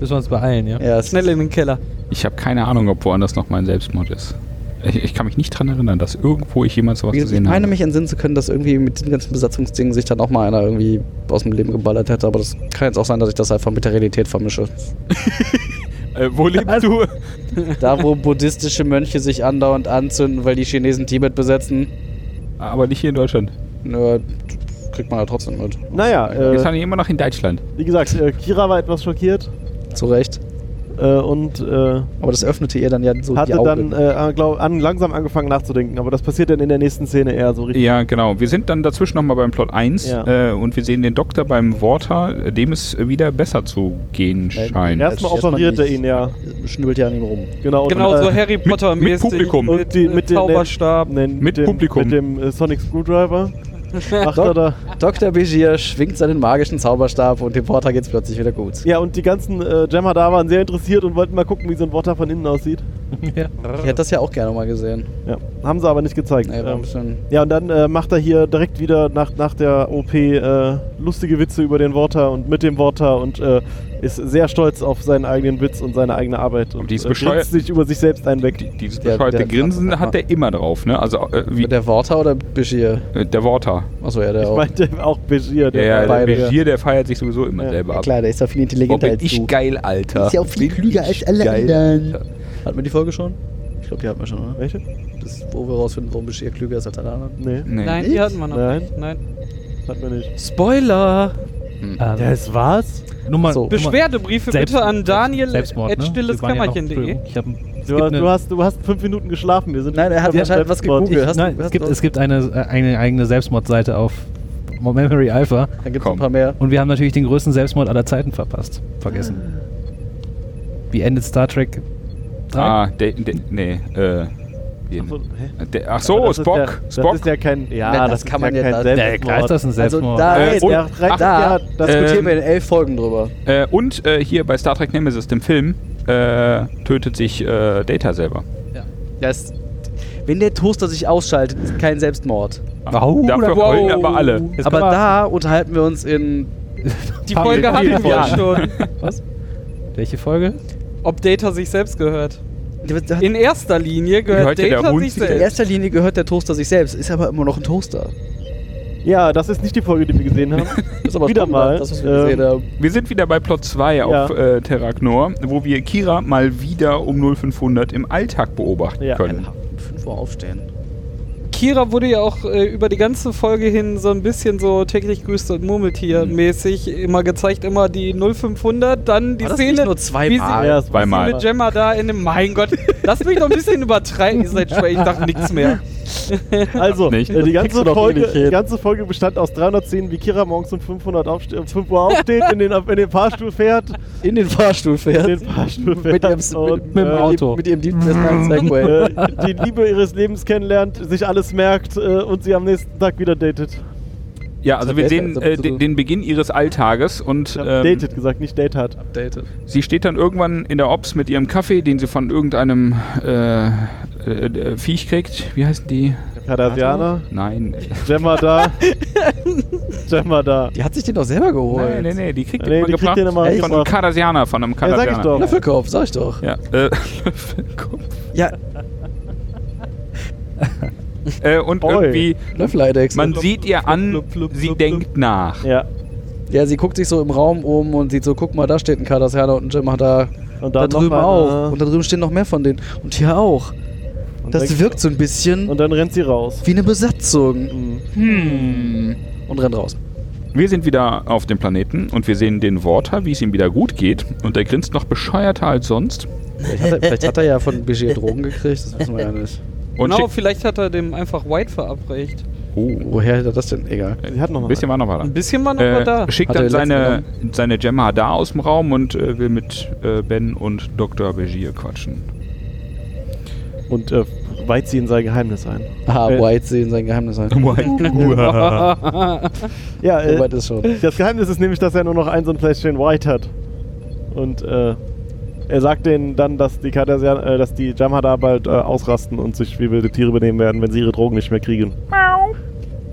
Speaker 4: Müssen wir uns beeilen, ja?
Speaker 2: Ja, es-
Speaker 1: Schnell in den Keller.
Speaker 5: Ich habe keine Ahnung, ob woanders noch mal ein Selbstmord ist. Ich, ich kann mich nicht dran erinnern, dass irgendwo ich jemals sowas
Speaker 2: Wie gesagt, ich
Speaker 5: gesehen
Speaker 2: meine
Speaker 5: habe.
Speaker 2: mich entsinnen zu können, dass irgendwie mit dem ganzen Besatzungsding sich dann auch mal einer irgendwie aus dem Leben geballert hätte, aber das kann jetzt auch sein, dass ich das einfach mit der Realität vermische.
Speaker 5: Äh, wo lebst du?
Speaker 2: Da, wo buddhistische Mönche sich andauernd anzünden, weil die Chinesen Tibet besetzen,
Speaker 5: Aber nicht hier in Deutschland.
Speaker 2: nö, kriegt man ja trotzdem mit.
Speaker 3: Naja,
Speaker 5: Wir sind
Speaker 3: äh,
Speaker 5: ja immer noch in Deutschland.
Speaker 3: wie gesagt, äh, Kira war etwas schockiert
Speaker 2: Zu Recht.
Speaker 3: äh, und äh,
Speaker 2: Aber das öffnete ihr dann ja so die
Speaker 3: hatte
Speaker 2: Augen.
Speaker 3: dann äh, an- glaub, an, langsam angefangen nachzudenken. Aber das passiert dann in der nächsten Szene eher so richtig.
Speaker 5: Ja, genau. Wir sind dann dazwischen nochmal beim Plot 1
Speaker 3: Ja.
Speaker 5: äh, und wir sehen den Doktor beim Worter, dem es äh, wieder besser zu gehen
Speaker 2: Äh,
Speaker 5: scheint.
Speaker 2: ja.
Speaker 3: Erstmal
Speaker 2: Erstmal
Speaker 3: operiert er
Speaker 2: nicht.
Speaker 3: ihn ja.
Speaker 2: schnübbelt ja an ihm rum.
Speaker 3: Genau,
Speaker 1: Genau
Speaker 3: und,
Speaker 1: so
Speaker 3: äh,
Speaker 1: Harry Potter
Speaker 5: mit Publikum.
Speaker 1: Mit,
Speaker 3: Und die-
Speaker 1: äh,
Speaker 3: mit den-
Speaker 1: Zauberstab.
Speaker 3: nein,
Speaker 5: Mit
Speaker 3: dem,
Speaker 5: Publikum.
Speaker 3: Mit dem äh, Sonic Screwdriver macht er da.
Speaker 2: Dr. Begier schwingt seinen magischen Zauberstab und dem Porter geht's plötzlich wieder gut.
Speaker 3: Ja, und die ganzen äh, Jammer da waren sehr interessiert und wollten mal gucken, wie so ein Water von innen aussieht.
Speaker 4: ja.
Speaker 2: Ich hätte das ja auch gerne mal gesehen.
Speaker 3: Ja, haben sie aber nicht gezeigt.
Speaker 2: Nee, war ein
Speaker 3: ähm,
Speaker 2: bisschen
Speaker 3: ja, und dann äh, macht er hier direkt wieder nach, nach der OP äh, lustige Witze über den Water und mit dem Water und äh, ist sehr stolz auf seinen eigenen Witz und seine eigene Arbeit. Und
Speaker 5: die ist
Speaker 3: äh,
Speaker 5: bescheuert.
Speaker 3: grinst sich über sich selbst einweg.
Speaker 5: Die- Dieses
Speaker 2: Der-
Speaker 5: bescheuerte
Speaker 2: der-
Speaker 5: Grinsen hat der immer drauf, ne? Also äh, wie
Speaker 2: mit der Worter oder Begier?
Speaker 5: äh, der Worter.
Speaker 2: Achso, ja, der
Speaker 3: Ich
Speaker 2: auch.
Speaker 3: meinte auch Begier.
Speaker 5: Der, der,
Speaker 2: beide.
Speaker 5: Begier, der feiert sich sowieso immer
Speaker 3: Ja.
Speaker 5: selber
Speaker 2: Ja,
Speaker 5: ab.
Speaker 2: klar, der ist ja viel
Speaker 5: Boah,
Speaker 2: intelligenter
Speaker 5: bin
Speaker 2: als
Speaker 5: ich
Speaker 2: du.
Speaker 5: geil, Alter.
Speaker 2: Ist ja auch viel
Speaker 5: Bin
Speaker 2: klüger
Speaker 5: ich
Speaker 2: als alle
Speaker 5: geil,
Speaker 2: anderen.
Speaker 5: Alter.
Speaker 2: Hatten wir die Folge schon? Ich glaube, die hatten wir schon, oder?
Speaker 3: Welche?
Speaker 2: Das, wo wir rausfinden, warum Begier klüger ist als alle anderen.
Speaker 3: Nee,
Speaker 5: Nee.
Speaker 1: Nein, die hatten wir noch
Speaker 3: Nein.
Speaker 1: nicht. Nein.
Speaker 3: hat man nicht.
Speaker 1: Spoiler!
Speaker 4: Ähm,
Speaker 3: Das war's?
Speaker 4: Nummer,
Speaker 2: So.
Speaker 4: Nummer-
Speaker 1: Beschwerdebriefe
Speaker 4: Selbst-
Speaker 1: bitte an Daniel
Speaker 4: Selbstmord,
Speaker 1: at
Speaker 4: ne?
Speaker 1: stilles
Speaker 4: Wir waren ja noch-
Speaker 1: Kämmerchen.de.
Speaker 4: Entschuldigung, Ich hab, es
Speaker 3: Du,
Speaker 4: gibt eine-
Speaker 3: du, hast, du hast fünf Minuten geschlafen. Wir sind
Speaker 2: Nein, er hat
Speaker 3: Wir
Speaker 2: wahrscheinlich
Speaker 3: haben
Speaker 2: was
Speaker 3: Selbstmord.
Speaker 2: gegoogelt. Hast du-
Speaker 4: Nein,
Speaker 2: hast
Speaker 4: es gibt,
Speaker 2: du-
Speaker 4: es gibt eine, äh, eine eigene Selbstmordseite auf Memory Alpha
Speaker 2: Dann gibt's
Speaker 5: Komm.
Speaker 2: ein paar mehr.
Speaker 4: und wir haben natürlich den größten Selbstmord aller Zeiten verpasst. Vergessen.
Speaker 2: Ah.
Speaker 4: Wie endet Star Trek 3?
Speaker 5: Ah, der, der, nee, äh,
Speaker 3: Ach so,
Speaker 5: den,
Speaker 3: hä?
Speaker 5: der, ach
Speaker 3: Aber
Speaker 5: so
Speaker 3: das ist
Speaker 5: Spock,
Speaker 3: ja,
Speaker 5: Spock.
Speaker 3: Das ist ja kein. Ja,
Speaker 2: Nein,
Speaker 3: das,
Speaker 2: das kann
Speaker 3: ist
Speaker 2: man
Speaker 3: ja
Speaker 2: ja-
Speaker 3: kein
Speaker 2: da-
Speaker 4: ja, klar ist das ein Selbstmord.
Speaker 2: Also, da,
Speaker 5: Äh,
Speaker 2: und,
Speaker 5: und-
Speaker 2: da,
Speaker 3: ach,
Speaker 2: da
Speaker 3: ja, das-
Speaker 2: diskutieren
Speaker 5: ähm,
Speaker 2: wir in elf Folgen drüber.
Speaker 5: Äh, und äh, hier bei Star Trek Nemesis, dem Film, äh, tötet sich äh, Data selber.
Speaker 2: Das, wenn der Toaster sich ausschaltet, ist kein Selbstmord.
Speaker 4: Au,
Speaker 5: Dafür
Speaker 4: wow.
Speaker 5: heulen aber alle.
Speaker 4: Jetzt
Speaker 2: Aber
Speaker 4: kann man-
Speaker 2: da unterhalten wir uns in.
Speaker 1: Die
Speaker 4: Haben
Speaker 1: Folge
Speaker 4: wir
Speaker 1: hatten
Speaker 4: viele
Speaker 1: wir
Speaker 4: Folgen.
Speaker 1: schon.
Speaker 4: Was? Welche Folge?
Speaker 1: Ob Data sich selbst gehört.
Speaker 2: Da-
Speaker 1: In erster Linie gehört
Speaker 5: Gehört ja der
Speaker 1: Data
Speaker 5: Hund
Speaker 1: sich
Speaker 5: sich
Speaker 2: In
Speaker 1: selbst.
Speaker 2: erster Linie gehört der Toaster sich selbst, ist aber immer noch ein Toaster.
Speaker 3: Ja, das ist nicht die Folge, die wir gesehen haben.
Speaker 2: Ist aber
Speaker 3: Wieder
Speaker 2: spannend,
Speaker 3: mal,
Speaker 2: Das, was wir
Speaker 3: ähm,
Speaker 2: gesehen haben.
Speaker 5: Wir sind wieder bei Plot 2 auf äh, Terragnor, wo wir Kira mal wieder um 0500 im Alltag beobachten
Speaker 3: Ja.
Speaker 5: können.
Speaker 2: Um 5 Uhr aufstehen.
Speaker 1: Kira wurde ja auch äh, über die ganze Folge hin so ein bisschen so täglich grüßt und Murmeltier
Speaker 2: Mhm.
Speaker 1: mäßig immer gezeigt, immer die 0500, dann die
Speaker 2: War das
Speaker 1: Szene,
Speaker 2: nicht nur
Speaker 1: wie
Speaker 2: zweimal?
Speaker 1: sie,
Speaker 3: Ja, das
Speaker 5: zweimal.
Speaker 3: war's.
Speaker 1: mit Gemma da in dem, mein Gott, lass mich doch ein bisschen übertreiben, ihr seid schwer, ich dachte nichts mehr.
Speaker 3: Also,
Speaker 5: Nicht.
Speaker 3: äh, die, ganze
Speaker 2: doch eh
Speaker 3: Folge,
Speaker 2: nicht hin.
Speaker 3: die ganze Folge bestand aus 300 Szenen, wie Kira morgens um 500 aufste um 5 Uhr aufsteht, in den, in den Fahrstuhl fährt.
Speaker 2: In den Fahrstuhl fährt.
Speaker 3: In den Fahrstuhl
Speaker 2: mit,
Speaker 3: fährt.
Speaker 2: ihrem,
Speaker 3: und,
Speaker 2: mit,
Speaker 4: mit dem
Speaker 3: äh,
Speaker 4: Auto.
Speaker 2: Mit ihrem Deep Segway.
Speaker 3: Äh, die Liebe ihres Lebens kennenlernt, sich alles merkt äh, und sie am nächsten Tag wieder datet.
Speaker 5: Ja, also
Speaker 2: Das
Speaker 5: wir
Speaker 2: wär
Speaker 5: sehen
Speaker 2: besser,
Speaker 5: äh,
Speaker 2: als ob du-
Speaker 5: den, den Beginn ihres Alltages und
Speaker 3: Ich hab
Speaker 5: ähm,
Speaker 3: datet gesagt, nicht date hat.
Speaker 5: sie steht dann irgendwann in der Ops mit ihrem Kaffee, den sie von irgendeinem äh, äh, äh, Viech kriegt. Wie heißen die?
Speaker 3: Kardasianer,
Speaker 5: Nein. äh,
Speaker 3: Gemma da. Gemma da.
Speaker 2: Die hat sich den doch selber geholt.
Speaker 5: Nein, nee, nee, die kriegt
Speaker 3: Nee,
Speaker 5: den
Speaker 3: die kriegt
Speaker 5: gebracht.
Speaker 3: den immer
Speaker 5: von einem
Speaker 3: gebracht.
Speaker 5: Kardasianer, von einem
Speaker 3: Ja,
Speaker 5: Kardasianer.
Speaker 3: sag ich doch.
Speaker 2: Löffelkopf, sag ich doch.
Speaker 5: Ja, äh, Löffelkopf.
Speaker 2: Ja,
Speaker 5: Äh, und
Speaker 3: Oi.
Speaker 5: irgendwie,
Speaker 2: Löffeleidechs.
Speaker 5: man sieht ihr an,
Speaker 3: flup, flup,
Speaker 5: sie
Speaker 3: flup,
Speaker 5: denkt nach.
Speaker 3: Ja.
Speaker 2: Ja, sie guckt sich so im Raum um und sieht so, guck mal, da steht ein Kardashianer und ein Jim hat da,
Speaker 3: Und
Speaker 2: da
Speaker 3: dann noch
Speaker 2: drüben
Speaker 3: mal,
Speaker 2: auch.
Speaker 3: äh,
Speaker 2: Und da drüben stehen noch mehr von denen. Und hier auch.
Speaker 3: Und
Speaker 2: Das
Speaker 3: denkt-
Speaker 2: wirkt so ein bisschen
Speaker 3: Und dann rennt sie raus.
Speaker 2: wie eine Besatzung.
Speaker 3: Mhm.
Speaker 5: Hm.
Speaker 2: Und rennt raus.
Speaker 5: Wir sind wieder auf dem Planeten und wir sehen den Worter, wie es ihm wieder gut geht. Und er grinst noch bescheuerter als sonst.
Speaker 2: Vielleicht hat er, vielleicht hat er ja von Begier Drogen gekriegt, das wissen wir ja nicht.
Speaker 5: Und
Speaker 1: genau,
Speaker 5: schickt,
Speaker 1: vielleicht hat er dem einfach White verabreicht.
Speaker 5: Oh.
Speaker 2: Woher hätte er das denn? Egal.
Speaker 3: Sie hat noch
Speaker 5: Ein bisschen war noch mal da.
Speaker 1: Ein bisschen war noch mal da.
Speaker 5: Äh, schickt
Speaker 2: Hat
Speaker 5: dann
Speaker 2: er letzten
Speaker 5: seine, seine Gemma da aus dem Raum und äh, will mit äh, Ben und Dr. Begier quatschen.
Speaker 3: Und äh, weiht sie in sein Geheimnis ein.
Speaker 2: Ah,
Speaker 3: Äh.
Speaker 2: White sehen sein Geheimnis ein.
Speaker 5: Uah.
Speaker 3: Ja,
Speaker 2: So
Speaker 3: äh,
Speaker 2: weit ist schon.
Speaker 3: das Geheimnis ist nämlich, dass er nur noch ein so ein Fläschchen White hat. Und äh, er sagt denen dann, dass die, Kardassian, äh, dass die Jamhada bald äh, ausrasten und sich wie wilde Tiere benehmen werden, wenn sie ihre Drogen nicht mehr kriegen.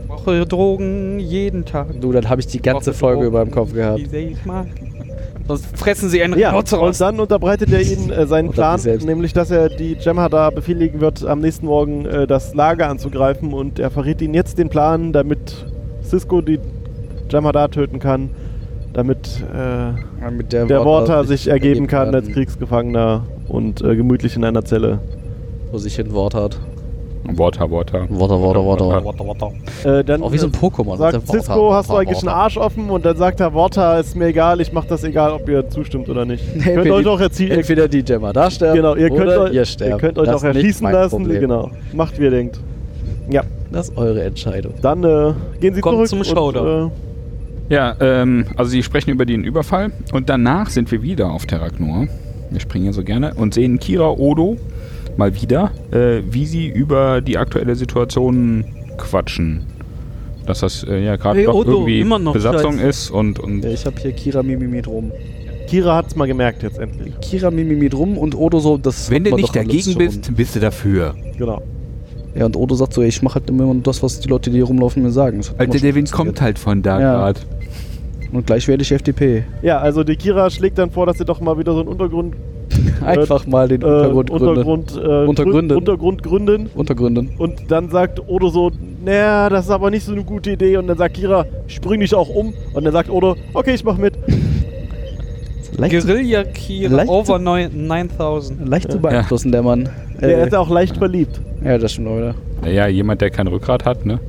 Speaker 1: Ich brauche Drogen jeden Tag.
Speaker 2: Du, dann habe ich die ganze Folge über im Kopf gehabt.
Speaker 1: Diese ich mag. Sonst fressen sie einen
Speaker 3: Ja,
Speaker 1: Rotz
Speaker 3: und
Speaker 1: raus.
Speaker 3: dann unterbreitet er ihnen äh, seinen
Speaker 2: Oder
Speaker 3: Plan,
Speaker 2: sich selbst.
Speaker 3: nämlich dass er die Gemhada befehligen wird, am nächsten Morgen äh, das Lager anzugreifen und er verrät ihnen jetzt den Plan, damit Cisco die Gemhada töten kann, damit äh,
Speaker 2: Mit der,
Speaker 3: der Worter
Speaker 2: Worter
Speaker 3: sich ergeben kann als Kriegsgefangener und äh, gemütlich in einer Zelle.
Speaker 2: Wo sich hin Wort hat.
Speaker 5: Water, Water.
Speaker 2: Worter, Worter, Worter.
Speaker 3: Äh, dann
Speaker 2: Auch wie so ein
Speaker 3: äh,
Speaker 2: Pokémon.
Speaker 3: sagt Cisco, hast du eigentlich einen Arsch offen? Und dann sagt er, Worter ist mir egal, ich mach das egal, ob ihr zustimmt oder nicht. Ihr könnt
Speaker 2: Entweder
Speaker 3: euch
Speaker 2: die-
Speaker 3: auch erziehen.
Speaker 2: Entweder die Gemma da sterben
Speaker 3: Genau, ihr könnt,
Speaker 2: oder
Speaker 3: euch,
Speaker 2: ihr sterbt.
Speaker 3: ihr könnt euch
Speaker 2: Das
Speaker 3: auch
Speaker 2: ist nicht
Speaker 3: erschießen
Speaker 2: mein
Speaker 3: lassen.
Speaker 2: Problem.
Speaker 3: Genau. Macht, wie ihr denkt. Ja,
Speaker 2: Das ist eure Entscheidung.
Speaker 3: dann äh, gehen sie
Speaker 1: Kommt zum
Speaker 3: zurück.
Speaker 1: Showdown.
Speaker 3: Und,
Speaker 5: Ja, ähm, also sie sprechen über den Überfall und danach sind wir wieder auf Terragnor. Wir springen ja so gerne und sehen Kira Odo mal wieder, äh, wie sie über die aktuelle Situation quatschen. Dass das äh, ja gerade
Speaker 1: Hey,
Speaker 5: doch
Speaker 1: Odo,
Speaker 5: irgendwie
Speaker 1: immer noch
Speaker 5: Besatzung
Speaker 1: scheiße.
Speaker 5: ist und, und
Speaker 2: Ja,
Speaker 6: Äh,
Speaker 2: ich habe hier Kira Mimimit rum.
Speaker 3: äh, Kira hat's mal gemerkt jetzt endlich.
Speaker 2: Kira Mimimit rum und Odo so, das
Speaker 6: Wenn
Speaker 2: hat
Speaker 6: du
Speaker 2: man
Speaker 6: nicht
Speaker 2: doch alles
Speaker 6: dagegen
Speaker 2: schon.
Speaker 6: bist, bist du dafür.
Speaker 3: Genau.
Speaker 2: Ja, und Odo sagt so, ey, ich mache halt immer nur das, was die Leute, die hier rumlaufen, mir sagen. Das hat
Speaker 6: Alter,
Speaker 2: man
Speaker 6: der
Speaker 2: schon
Speaker 6: Wind kommt halt von da
Speaker 2: Ja.
Speaker 6: gerade.
Speaker 2: Und gleich werde ich FDP.
Speaker 3: Ja, also die Kira schlägt dann vor, dass sie doch mal wieder so einen Untergrund,
Speaker 2: Einfach mal den
Speaker 3: äh,
Speaker 2: Untergrund, gründen.
Speaker 3: Untergrund, äh,
Speaker 2: Untergründen.
Speaker 3: grün- Untergrund gründen.
Speaker 2: Untergründen.
Speaker 3: Und dann sagt Odo so, naja, das ist aber nicht so eine gute Idee. Und dann sagt Kira, spring dich auch um. Und dann sagt Odo, okay, ich mach mit.
Speaker 2: Leicht,
Speaker 1: Guerilla Kira
Speaker 2: Leicht-
Speaker 1: over neun- 9000.
Speaker 2: leicht zu beeinflussen, der Mann.
Speaker 3: Der
Speaker 2: Äh,
Speaker 3: ist ja auch leicht verliebt.
Speaker 2: ja, das stimmt, Leute.
Speaker 5: naja, jemand, der kein Rückgrat hat, ne?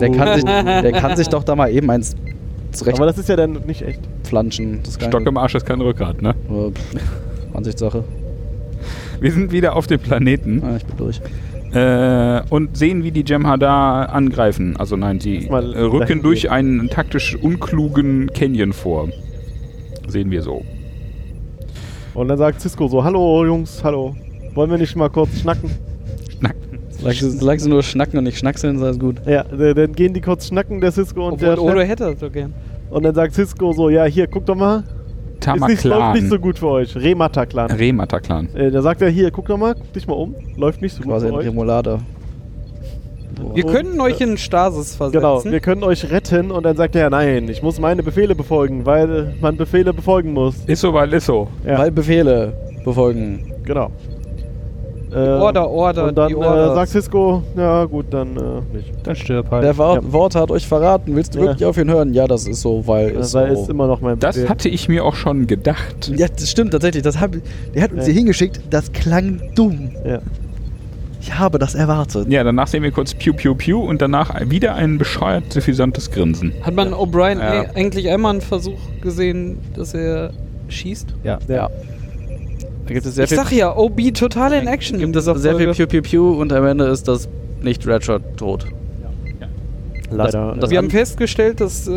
Speaker 2: Der kann, sich, der kann sich doch da mal eben eins
Speaker 3: Oh. Aber das ist ja dann nicht echt.
Speaker 2: zurechtflanschen. Das kann-
Speaker 5: Stock im Arsch ist kein Rückgrat, ne?
Speaker 2: Äh, pff, Ansichtssache.
Speaker 5: Wir sind wieder auf dem Planeten.
Speaker 2: Ah, ich bin durch.
Speaker 5: Äh, und sehen, wie die Jem'Hadar angreifen. Also nein, sie
Speaker 3: Erstmal
Speaker 5: äh, rücken
Speaker 3: dahin
Speaker 5: durch
Speaker 3: gehen.
Speaker 5: einen taktisch unklugen Canyon vor. Sehen wir so.
Speaker 3: Und dann sagt Cisco so, hallo Jungs, hallo. Wollen wir nicht mal kurz schnacken?
Speaker 2: Solange sie, solange sie nur schnacken und nicht schnackseln, ist alles gut.
Speaker 3: Ja, äh, dann gehen die kurz schnacken, der Cisco und
Speaker 1: Obwohl
Speaker 2: äh,
Speaker 3: der
Speaker 1: Odo
Speaker 3: Chef.
Speaker 1: hätte das so gern.
Speaker 3: Und dann sagt Cisco so, ja hier, guck doch mal. ist nicht, läuft nicht so
Speaker 5: Tamaklan.
Speaker 3: gut für euch. Remata-Clan.
Speaker 5: Remata-Clan.
Speaker 3: Äh, da sagt er, hier, guck doch mal, guck dich mal um. Läuft nicht so gut
Speaker 2: Quasi
Speaker 3: für
Speaker 2: ein
Speaker 3: euch.
Speaker 2: Remolader.
Speaker 1: Wir
Speaker 3: Und,
Speaker 1: könnten euch
Speaker 3: äh,
Speaker 1: in Stasis versetzen.
Speaker 3: Genau, wir können euch retten. Und dann sagt er, ja nein, ich muss meine Befehle befolgen, weil man Befehle befolgen muss.
Speaker 5: Ist so, weil ist so.
Speaker 3: Ja.
Speaker 2: Weil Befehle befolgen.
Speaker 3: Genau. Äh,
Speaker 1: Order, Order,
Speaker 3: Und dann
Speaker 1: die
Speaker 3: äh,
Speaker 1: Orders.
Speaker 3: sagt Cisco, ja gut, dann äh, nicht.
Speaker 4: Dann stirb halt.
Speaker 2: Der Wa
Speaker 3: Ja.
Speaker 2: Wort hat euch verraten. Willst du
Speaker 3: Ja.
Speaker 2: wirklich auf ihn hören? Ja, das ist so, weil
Speaker 3: Das
Speaker 2: es
Speaker 3: war-
Speaker 2: so.
Speaker 3: ist immer noch mein
Speaker 5: Das
Speaker 3: Befehl.
Speaker 5: hatte ich mir auch schon gedacht.
Speaker 2: ja, das stimmt tatsächlich. Das hab, der hat uns
Speaker 3: Ja.
Speaker 2: hier hingeschickt. Das klang dumm.
Speaker 3: ja.
Speaker 2: Ich habe das erwartet.
Speaker 5: Ja, danach sehen wir kurz Pew Pew Pew und danach wieder ein bescheuert suffisantes Grinsen.
Speaker 1: Hat man O'Brien
Speaker 5: Ja.
Speaker 1: e- eigentlich einmal einen Versuch gesehen, dass er schießt?
Speaker 4: ja.
Speaker 2: Ja. Da gibt es sehr
Speaker 1: ich sag ja, OB total in Action in dieser
Speaker 2: sehr viel
Speaker 1: Folge.
Speaker 2: Pew Pew Pew und am Ende ist das nicht Redshirt tot.
Speaker 3: Leider. äh,
Speaker 2: das
Speaker 1: Wir
Speaker 3: ja.
Speaker 1: haben festgestellt, dass äh,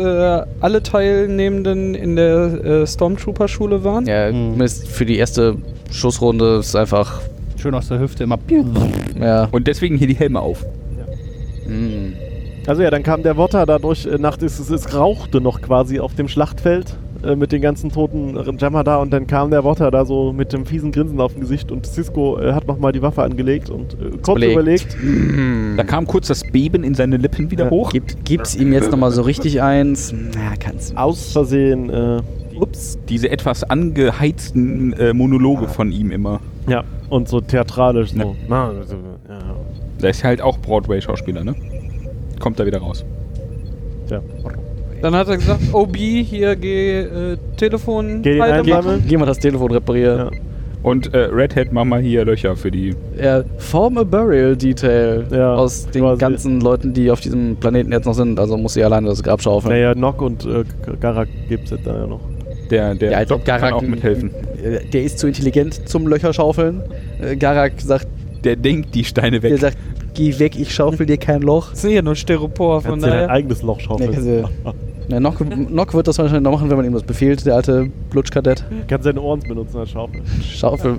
Speaker 1: alle Teilnehmenden in der äh, Stormtrooper-Schule waren.
Speaker 2: Ja,
Speaker 4: Mhm.
Speaker 2: Mist, für die erste Schussrunde ist einfach.
Speaker 4: Schön aus der Hüfte immer.
Speaker 2: Ja.
Speaker 5: Und deswegen hier die Helme auf.
Speaker 2: mm.
Speaker 3: also ja, dann kam der Wotter dadurch, äh, Nacht ist es, es rauchte noch quasi auf dem Schlachtfeld äh, mit den ganzen toten Jammer da und dann kam der Wotter da so mit dem fiesen Grinsen auf dem Gesicht und Cisco äh, hat nochmal die Waffe angelegt und äh, kurz
Speaker 2: Überlegt.
Speaker 3: überlegt.
Speaker 5: Da kam kurz das Beben in seine Lippen wieder
Speaker 3: Mhm. Ja.
Speaker 5: hoch.
Speaker 2: Gibt, gibt's ihm jetzt nochmal so richtig eins? Na, kannst
Speaker 3: Aus Versehen, äh,
Speaker 5: Ups. Diese etwas angeheizten äh,
Speaker 3: Ah.
Speaker 5: Monologe von ihm immer.
Speaker 3: ja, und so theatralisch so.
Speaker 5: Ja.
Speaker 3: Na, also, ja.
Speaker 5: Der ist halt auch Broadway-Schauspieler, ne? Kommt da wieder raus.
Speaker 3: Tja.
Speaker 1: Dann hat er gesagt, OB, hier geh äh, Telefon
Speaker 3: Geh den
Speaker 1: Halte
Speaker 3: einsammeln.
Speaker 1: machen.
Speaker 2: Geh mal das Telefon reparieren.
Speaker 5: Und äh, Redhead, mach mal hier Löcher für die.
Speaker 2: Ja. form a Burial Detail
Speaker 3: Ja,
Speaker 2: aus den
Speaker 3: quasi.
Speaker 2: ganzen Leuten, die auf diesem Planeten jetzt noch sind. Also muss sie alleine das Grab schaufeln.
Speaker 3: Naja, Nock und äh, Garak gibt's jetzt da ja noch.
Speaker 5: Der, der
Speaker 2: Ja, also
Speaker 5: Doktor kann auch
Speaker 2: Garak-
Speaker 5: mithelfen.
Speaker 2: Äh, Der ist zu intelligent zum Löcher schaufeln. Äh, Garak sagt,
Speaker 5: Der denkt die Steine
Speaker 2: der
Speaker 5: weg.
Speaker 2: sagt,
Speaker 7: Geh weg, ich schaufel dir kein Loch.
Speaker 1: Das sind ja nur Styropor, von
Speaker 3: Kannst dir dein
Speaker 1: daher.
Speaker 3: eigenes Loch
Speaker 2: Nee,
Speaker 3: schaufeln.
Speaker 2: kannst du- Na, Nock, Nock wird das wahrscheinlich noch machen, wenn man ihm das befiehlt, der alte Blutschkadett.
Speaker 3: Kannst deine Ohren benutzen als Schaufel.
Speaker 2: Schaufel.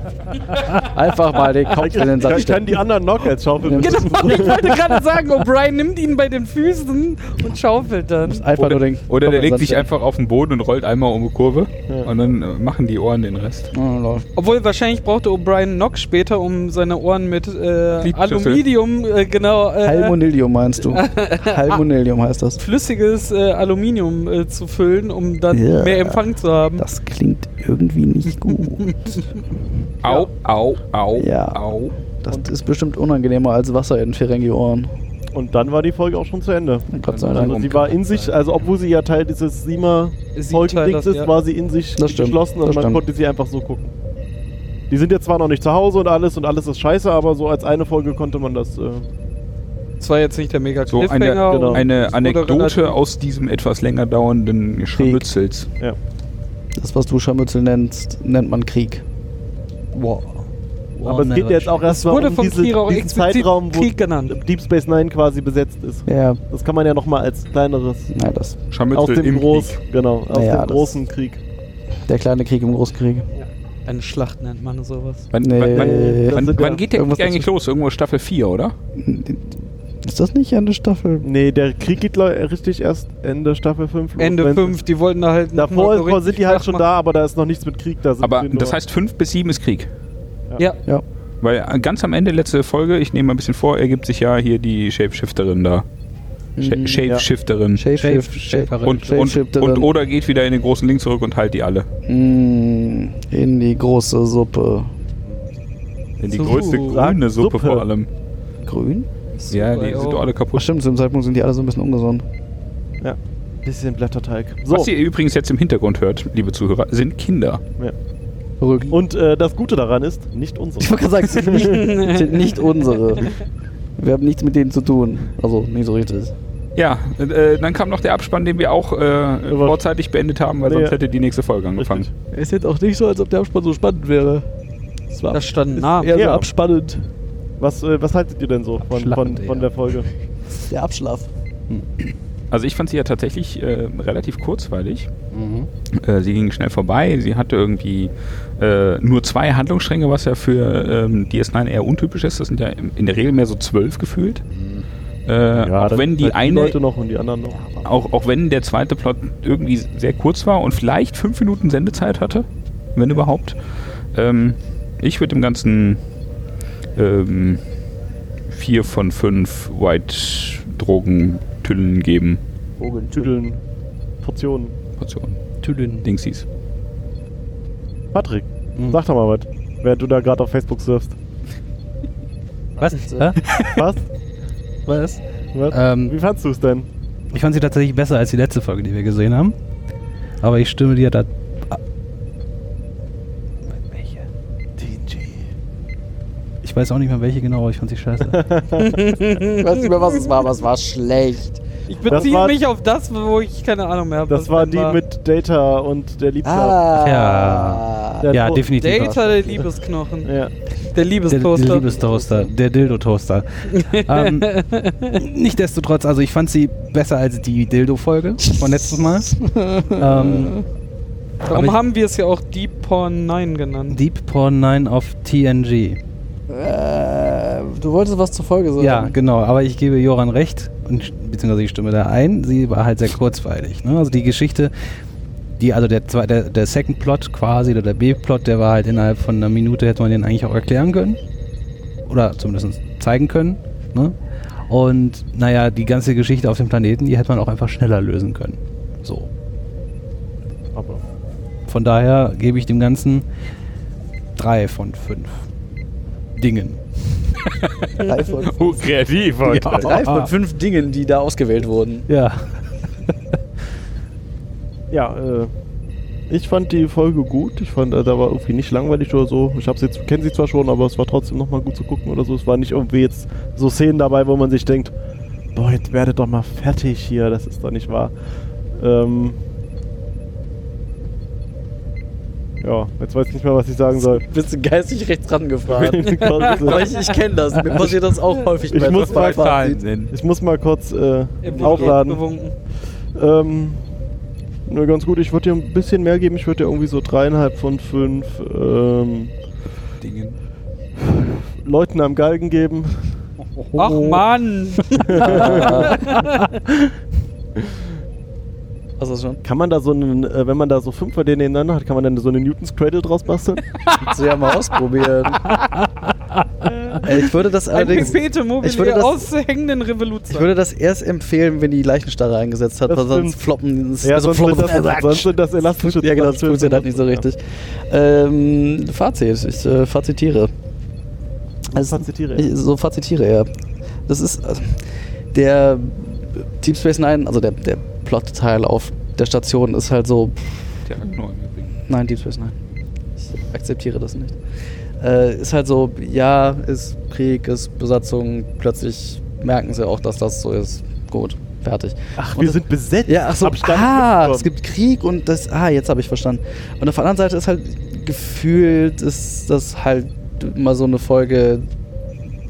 Speaker 2: Einfach mal den Kopf in den
Speaker 3: Kann,
Speaker 2: Sand
Speaker 3: kann
Speaker 2: stecken.
Speaker 3: die anderen Nock als Schaufel
Speaker 2: Genau.
Speaker 3: benutzen.
Speaker 1: Genau, ich wollte gerade sagen, O'Brien nimmt ihn bei den Füßen und schaufelt dann.
Speaker 2: Einfach
Speaker 5: Oder,
Speaker 2: nur den
Speaker 5: oder
Speaker 2: Kopf
Speaker 5: der
Speaker 2: in den
Speaker 5: legt sich
Speaker 2: Sand
Speaker 5: einfach auf den Boden und rollt einmal um die Kurve und dann äh, machen die Ohren den Rest.
Speaker 2: stecken. Oh, lol.
Speaker 1: Obwohl, wahrscheinlich brauchte O'Brien Nock später, um seine Ohren mit äh,
Speaker 5: Gliedschüssel.
Speaker 1: Aluminium, äh, genau, äh,
Speaker 2: Halmonilium meinst du? Halmonilium heißt das.
Speaker 1: flüssiges äh, Aluminium äh, zu füllen, um dann
Speaker 2: Ja.
Speaker 1: mehr Empfang zu haben.
Speaker 2: Das klingt irgendwie nicht gut.
Speaker 5: Au, au, au,
Speaker 2: Ja.
Speaker 5: au.
Speaker 2: Das ist bestimmt unangenehmer als Wasser in Ferengi-Ohren.
Speaker 3: Und dann war die Folge auch schon zu Ende.
Speaker 2: Gott sei
Speaker 3: Also
Speaker 2: Dank.
Speaker 3: sie war in sich, also obwohl sie ja Teil dieses
Speaker 1: Siebteilers,
Speaker 3: Sima-Folgendings ist,
Speaker 1: ja.
Speaker 3: war sie in sich
Speaker 2: Das stimmt,
Speaker 3: geschlossen und
Speaker 2: das
Speaker 3: man
Speaker 2: stimmt.
Speaker 3: konnte sie einfach so gucken. Die sind jetzt zwar noch nicht zu Hause und alles und alles ist scheiße, aber so als eine Folge konnte man das. Äh,
Speaker 1: Oh, Das war jetzt nicht der mega
Speaker 5: So eine,
Speaker 1: Cliffhanger und
Speaker 3: genau.
Speaker 5: eine
Speaker 1: es wurde relativ-
Speaker 5: Anekdote aus diesem etwas länger dauernden Scharmützels.
Speaker 2: Das, was du Scharmützel nennst, nennt man Krieg.
Speaker 4: Wow.
Speaker 3: aber es geht ja jetzt auch erstmal
Speaker 1: wurde
Speaker 3: um
Speaker 1: von
Speaker 3: diese,
Speaker 1: Kira auch
Speaker 3: diesen
Speaker 1: explizit
Speaker 3: Zeitraum, wo
Speaker 1: Krieg genannt.
Speaker 3: Deep Space Nine quasi besetzt ist.
Speaker 2: Ja,
Speaker 3: Das kann man ja nochmal als kleineres.
Speaker 2: nein, das.
Speaker 5: Scharmützel
Speaker 3: Aus dem
Speaker 5: im
Speaker 3: Groß,
Speaker 5: Krieg.
Speaker 3: genau, aus
Speaker 2: Naja,
Speaker 3: dem
Speaker 2: das- Äh,
Speaker 3: großen Krieg.
Speaker 2: Der kleine Krieg im Großkrieg.
Speaker 1: Eine Schlacht nennt man sowas.
Speaker 5: Wann, wann,
Speaker 2: Nee, das
Speaker 5: wann,
Speaker 3: sind
Speaker 5: wann,
Speaker 3: wir-
Speaker 5: wann geht der
Speaker 2: irgendwas
Speaker 5: Krieg eigentlich los? Irgendwo Staffel 4, oder?
Speaker 2: Ist das nicht eine Staffel?
Speaker 3: Nee, der Krieg geht glaub ich, richtig erst Ende Staffel 5. los,
Speaker 1: Ende
Speaker 3: wenn's-
Speaker 1: 5, die wollten da halt. noch mal
Speaker 3: Davor
Speaker 1: so
Speaker 3: ist- sind
Speaker 1: richtig
Speaker 3: die halt schon
Speaker 1: nachmachen.
Speaker 3: da, aber da ist noch nichts mit Krieg. Da sind
Speaker 5: Aber
Speaker 3: die nur-
Speaker 5: das heißt, 5 bis 7 ist Krieg.
Speaker 1: Ja.
Speaker 2: Ja.
Speaker 5: Weil äh, ganz am Ende, letzte Folge, ich nehme mal ein bisschen vor, ergibt sich ja hier die Shapeshifterin da. Sha
Speaker 2: Mhm.
Speaker 5: Shapeshifterin.
Speaker 2: Shape,
Speaker 4: Shape-
Speaker 5: und, und, und oder geht wieder in den großen Link zurück und heilt die alle.
Speaker 2: Mm, In die große Suppe.
Speaker 5: In die
Speaker 1: So.
Speaker 5: größte grüne Suppe,
Speaker 3: Suppe.
Speaker 5: vor allem.
Speaker 2: Grün?
Speaker 5: Ja, die sind doch alle
Speaker 2: Ach
Speaker 5: kaputt.
Speaker 2: stimmt, zu dem Zeitpunkt sind die alle so ein bisschen ungesund.
Speaker 3: Ja, bisschen Blätterteig.
Speaker 5: Was ihr übrigens jetzt im Hintergrund hört, liebe Zuhörer, sind Kinder.
Speaker 2: Verrückt.
Speaker 3: Und äh, das Gute daran ist, nicht
Speaker 2: Ich
Speaker 3: unsere.
Speaker 2: wollte gerade sagen, sind nicht, sind nicht unsere. Wir haben nichts mit denen zu tun. Also, nicht so richtig.
Speaker 5: Ja, äh, dann kam noch der Abspann, den wir auch äh, vorzeitig beendet haben, weil
Speaker 3: Nee.
Speaker 5: sonst hätte die nächste Folge angefangen.
Speaker 3: Richtig.
Speaker 7: Es ist jetzt auch nicht so, als ob der Abspann so spannend wäre. Es war
Speaker 1: Da stand ein
Speaker 7: ist
Speaker 1: Name.
Speaker 7: eher so
Speaker 3: Ja.
Speaker 7: abspannend.
Speaker 3: Was, äh, was haltet ihr denn so von, von,
Speaker 4: Schlachtende,
Speaker 3: von
Speaker 4: ja.
Speaker 3: der Folge?
Speaker 2: Der Abschlaf.
Speaker 5: Also ich fand sie ja tatsächlich äh, relativ kurzweilig.
Speaker 4: Mhm.
Speaker 5: Äh, sie ging schnell vorbei. Sie hatte irgendwie äh, nur zwei Handlungsstränge, was ja für ähm, DS9 eher untypisch ist. Das sind ja im- in der Regel mehr so zwölf gefühlt. Äh, auch
Speaker 3: dann
Speaker 5: wenn die
Speaker 3: halt
Speaker 5: eine,
Speaker 3: Leute noch und die anderen noch.
Speaker 5: auch, auch wenn der zweite Plot irgendwie sehr kurz war und vielleicht fünf Minuten Sendezeit hatte, wenn überhaupt. Ähm, ich würde dem Ganzen ähm, vier von fünf White-Drogen-Tüllen geben.
Speaker 3: Tüdeln, Portionen.
Speaker 5: Portionen.
Speaker 4: Tüdeln.
Speaker 5: Dingsies.
Speaker 3: Patrick, sag doch mal was, während du da gerade auf Facebook surfst.
Speaker 4: Was? Hä?
Speaker 3: Was?
Speaker 4: Was?
Speaker 3: was?
Speaker 4: Ähm,
Speaker 3: Wie fandst du es denn?
Speaker 4: Ich fand sie tatsächlich besser als die letzte Folge, die wir gesehen haben. Aber ich stimme dir da. ah. Welche? TG. Ich weiß auch nicht mehr welche genau, aber ich fand sie scheiße.
Speaker 2: Ich weiß nicht mehr, was es war, aber es war schlecht.
Speaker 1: Ich
Speaker 3: Das
Speaker 1: beziehe
Speaker 3: war-
Speaker 1: mich auf das, wo ich keine Ahnung mehr habe.
Speaker 3: Das
Speaker 1: was
Speaker 3: war
Speaker 1: denn
Speaker 3: die mit Data und der Liebster.
Speaker 2: Ah.
Speaker 4: Ja.
Speaker 3: Der
Speaker 4: ja,
Speaker 3: To-
Speaker 4: definitiv.
Speaker 1: Data, der Liebesknochen.
Speaker 3: Ja.
Speaker 1: Der
Speaker 4: Der, der
Speaker 1: Liebestoaster.
Speaker 4: Liebestoaster, der Dildo-Toaster. ähm, Nichtsdestotrotz, also ich fand sie besser als die Dildo-Folge von letztes Mal. ähm, aber
Speaker 1: Darum
Speaker 4: ich-
Speaker 1: haben wir es ja auch Deep Porn 9 genannt.
Speaker 4: Deep Porn 9 auf TNG.
Speaker 2: Äh, du wolltest was zur Folge sagen.
Speaker 4: Ja, genau, aber ich gebe Joran recht, und, beziehungsweise ich stimme da ein, sie war halt sehr kurzweilig. Ne? Also die Geschichte, die, also der, zwei- der, der Second Plot quasi, oder der B-Plot, der war halt innerhalb von einer Minute, hätte man den eigentlich auch erklären können. Oder zumindest zeigen können. Ne? Und naja, die ganze Geschichte auf dem Planeten, die hätte man auch einfach schneller lösen können. So.
Speaker 3: Aber
Speaker 4: Von daher gebe ich dem Ganzen drei von fünf Dingen.
Speaker 2: Drei von,
Speaker 5: Oh, kreativ heute.
Speaker 2: drei von fünf Dingen, die da ausgewählt wurden.
Speaker 4: Ja.
Speaker 3: Ja, äh, ich fand die Folge gut. Ich fand, äh, da war irgendwie nicht langweilig oder so. Ich hab sie, jetzt- kenn sie zwar schon, aber es war trotzdem nochmal gut zu gucken oder so. Es war nicht irgendwie jetzt so Szenen dabei, wo man sich denkt, boah, jetzt werdet doch mal fertig hier, das ist doch nicht wahr. Ähm, ja, Ja, jetzt weiß ich nicht mehr, was ich sagen soll.
Speaker 2: Bist du geistig rechts ran gefragt? Aber
Speaker 3: ich,
Speaker 2: ich ich kenne das. Mir passiert das auch häufig
Speaker 3: Ich muss
Speaker 2: so
Speaker 3: mal
Speaker 2: Fahrten.
Speaker 3: muss mal kurz äh,
Speaker 1: Im Buch
Speaker 3: aufladen.
Speaker 1: gewunken.
Speaker 3: Ähm, nur ganz gut, ich würde dir ein bisschen mehr geben. Ich würde dir irgendwie so dreieinhalb von fünf ähm,
Speaker 6: Dingen.
Speaker 3: Leuten am Galgen geben.
Speaker 1: Ach Mann!
Speaker 2: Hast du das schon?
Speaker 3: Kann man da so einen, äh, wenn man da so fünf von denen nebeneinander hat, kann man dann so eine Newtons Cradle draus basteln?
Speaker 2: Kannst du ja mal ausprobieren. Äh, ich würde das
Speaker 1: Ein
Speaker 2: allerdings.
Speaker 1: Pepete
Speaker 2: ich würde
Speaker 1: mobile
Speaker 2: das-
Speaker 1: aushängenden
Speaker 2: Ich
Speaker 1: Revolution.
Speaker 2: würde das erst empfehlen, wenn die Leichenstalle eingesetzt hat,
Speaker 3: Das
Speaker 2: weil sonst also
Speaker 3: stimmt.
Speaker 2: floppen.
Speaker 3: Ja, sonst sind das- sonst sind das elastische
Speaker 2: Ja, genau, das
Speaker 3: Zutaten.
Speaker 2: funktioniert halt nicht so richtig. Ähm, Fazit, ich äh, fazitiere. Also,
Speaker 3: fazitiere,
Speaker 2: Ich,
Speaker 3: ja.
Speaker 2: so fazitiere, ja. Das ist äh, der Deep Space Nine, also der, der Plotteil auf der Station ist halt so.
Speaker 5: Der Agno im Übrigen.
Speaker 2: Nein, Deep Space Nine. Ich akzeptiere das nicht. Äh, ist halt so, ja, ist Krieg, ist Besatzung, plötzlich merken sie auch, dass das so ist. Gut, fertig.
Speaker 3: Ach,
Speaker 2: Und
Speaker 3: wir
Speaker 2: das-
Speaker 3: sind besetzt.
Speaker 2: ja, ach so,
Speaker 3: Hab ich gar nicht
Speaker 2: ah,
Speaker 3: mitbekommen.
Speaker 2: es gibt Krieg und das, ah, jetzt habe ich verstanden. Und auf der anderen Seite ist halt gefühlt, ist das halt immer so eine Folge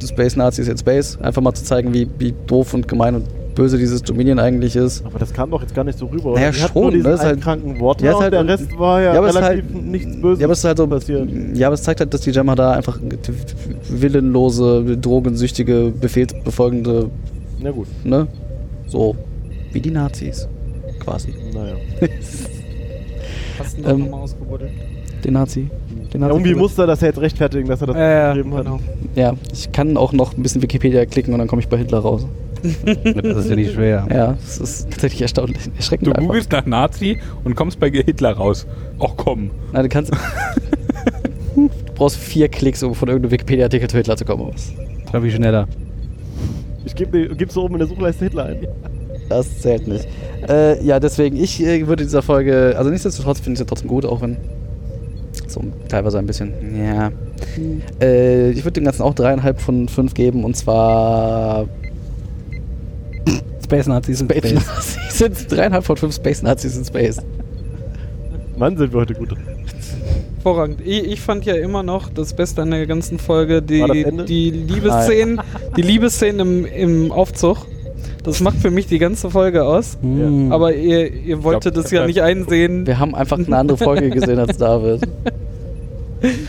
Speaker 2: Space Nazis in Space, einfach mal zu zeigen, wie, wie doof und gemein und böse dieses Dominion eigentlich ist.
Speaker 3: Aber das kam doch jetzt gar nicht so rüber.
Speaker 2: Naja,
Speaker 3: oder? Die hat
Speaker 2: schon,
Speaker 3: nur diesen
Speaker 2: ne, ist
Speaker 3: einen
Speaker 2: halt-
Speaker 3: kranken Wort.
Speaker 2: Ja, ist halt-
Speaker 3: der Rest war ja,
Speaker 2: aber es ist
Speaker 3: relativ
Speaker 2: halt-
Speaker 3: nichts Böses
Speaker 2: ja, aber es ist halt so,
Speaker 3: passiert.
Speaker 2: ja, aber es zeigt halt, dass die Jammer da einfach willenlose, drogensüchtige, befehlsbefolgende,
Speaker 3: Na gut,
Speaker 2: ne? So, wie die Nazis, quasi.
Speaker 3: naja.
Speaker 1: Hast du
Speaker 2: ähm,
Speaker 1: nochmal ausgebuddelt?
Speaker 2: Den Nazi. Den Nazi
Speaker 3: Irgendwie muss er das ja jetzt rechtfertigen, dass er das
Speaker 1: Ja, ja,
Speaker 3: geschrieben hat.
Speaker 1: genau.
Speaker 2: Ja, ich kann auch noch ein bisschen Wikipedia klicken und dann komme ich bei Hitler raus.
Speaker 4: Das ist ja nicht schwer.
Speaker 2: Ja, das ist tatsächlich erstaunlich erschreckend.
Speaker 5: Du
Speaker 2: einfach.
Speaker 5: googelst nach Nazi und kommst bei Hitler raus. Ach komm.
Speaker 2: Nein, du kannst. du brauchst vier Klicks, um von irgendeinem Wikipedia-Artikel zu Hitler zu kommen.
Speaker 4: Das war viel schneller.
Speaker 3: Ich gebe geb so oben in der Suchleiste Hitler ein.
Speaker 2: Das zählt nicht. Äh, ja, deswegen, ich äh, würde dieser Folge. Also, nichtsdestotrotz finde ich sie trotzdem gut, auch wenn. So teilweise ein bisschen. Ja. Äh, ich würde dem Ganzen auch dreieinhalb von fünf geben und zwar.
Speaker 4: Space Nazis in
Speaker 2: Space
Speaker 4: Space.
Speaker 2: Nazis sind dreieinhalb von fünf Space Nazis in Space.
Speaker 3: Mann, sind wir heute gut.
Speaker 1: Hervorragend. Ich, ich fand ja immer noch das Beste an der ganzen Folge die,
Speaker 3: War das Ende?
Speaker 1: die Liebesszenen, die Liebesszenen im, im Aufzug. Das macht für mich die ganze Folge aus.
Speaker 4: Hm.
Speaker 1: Aber ihr, ihr wolltet
Speaker 5: glaub,
Speaker 1: das
Speaker 5: ich hab
Speaker 1: ja nicht einsehen.
Speaker 2: Wir haben einfach eine andere Folge gesehen als David.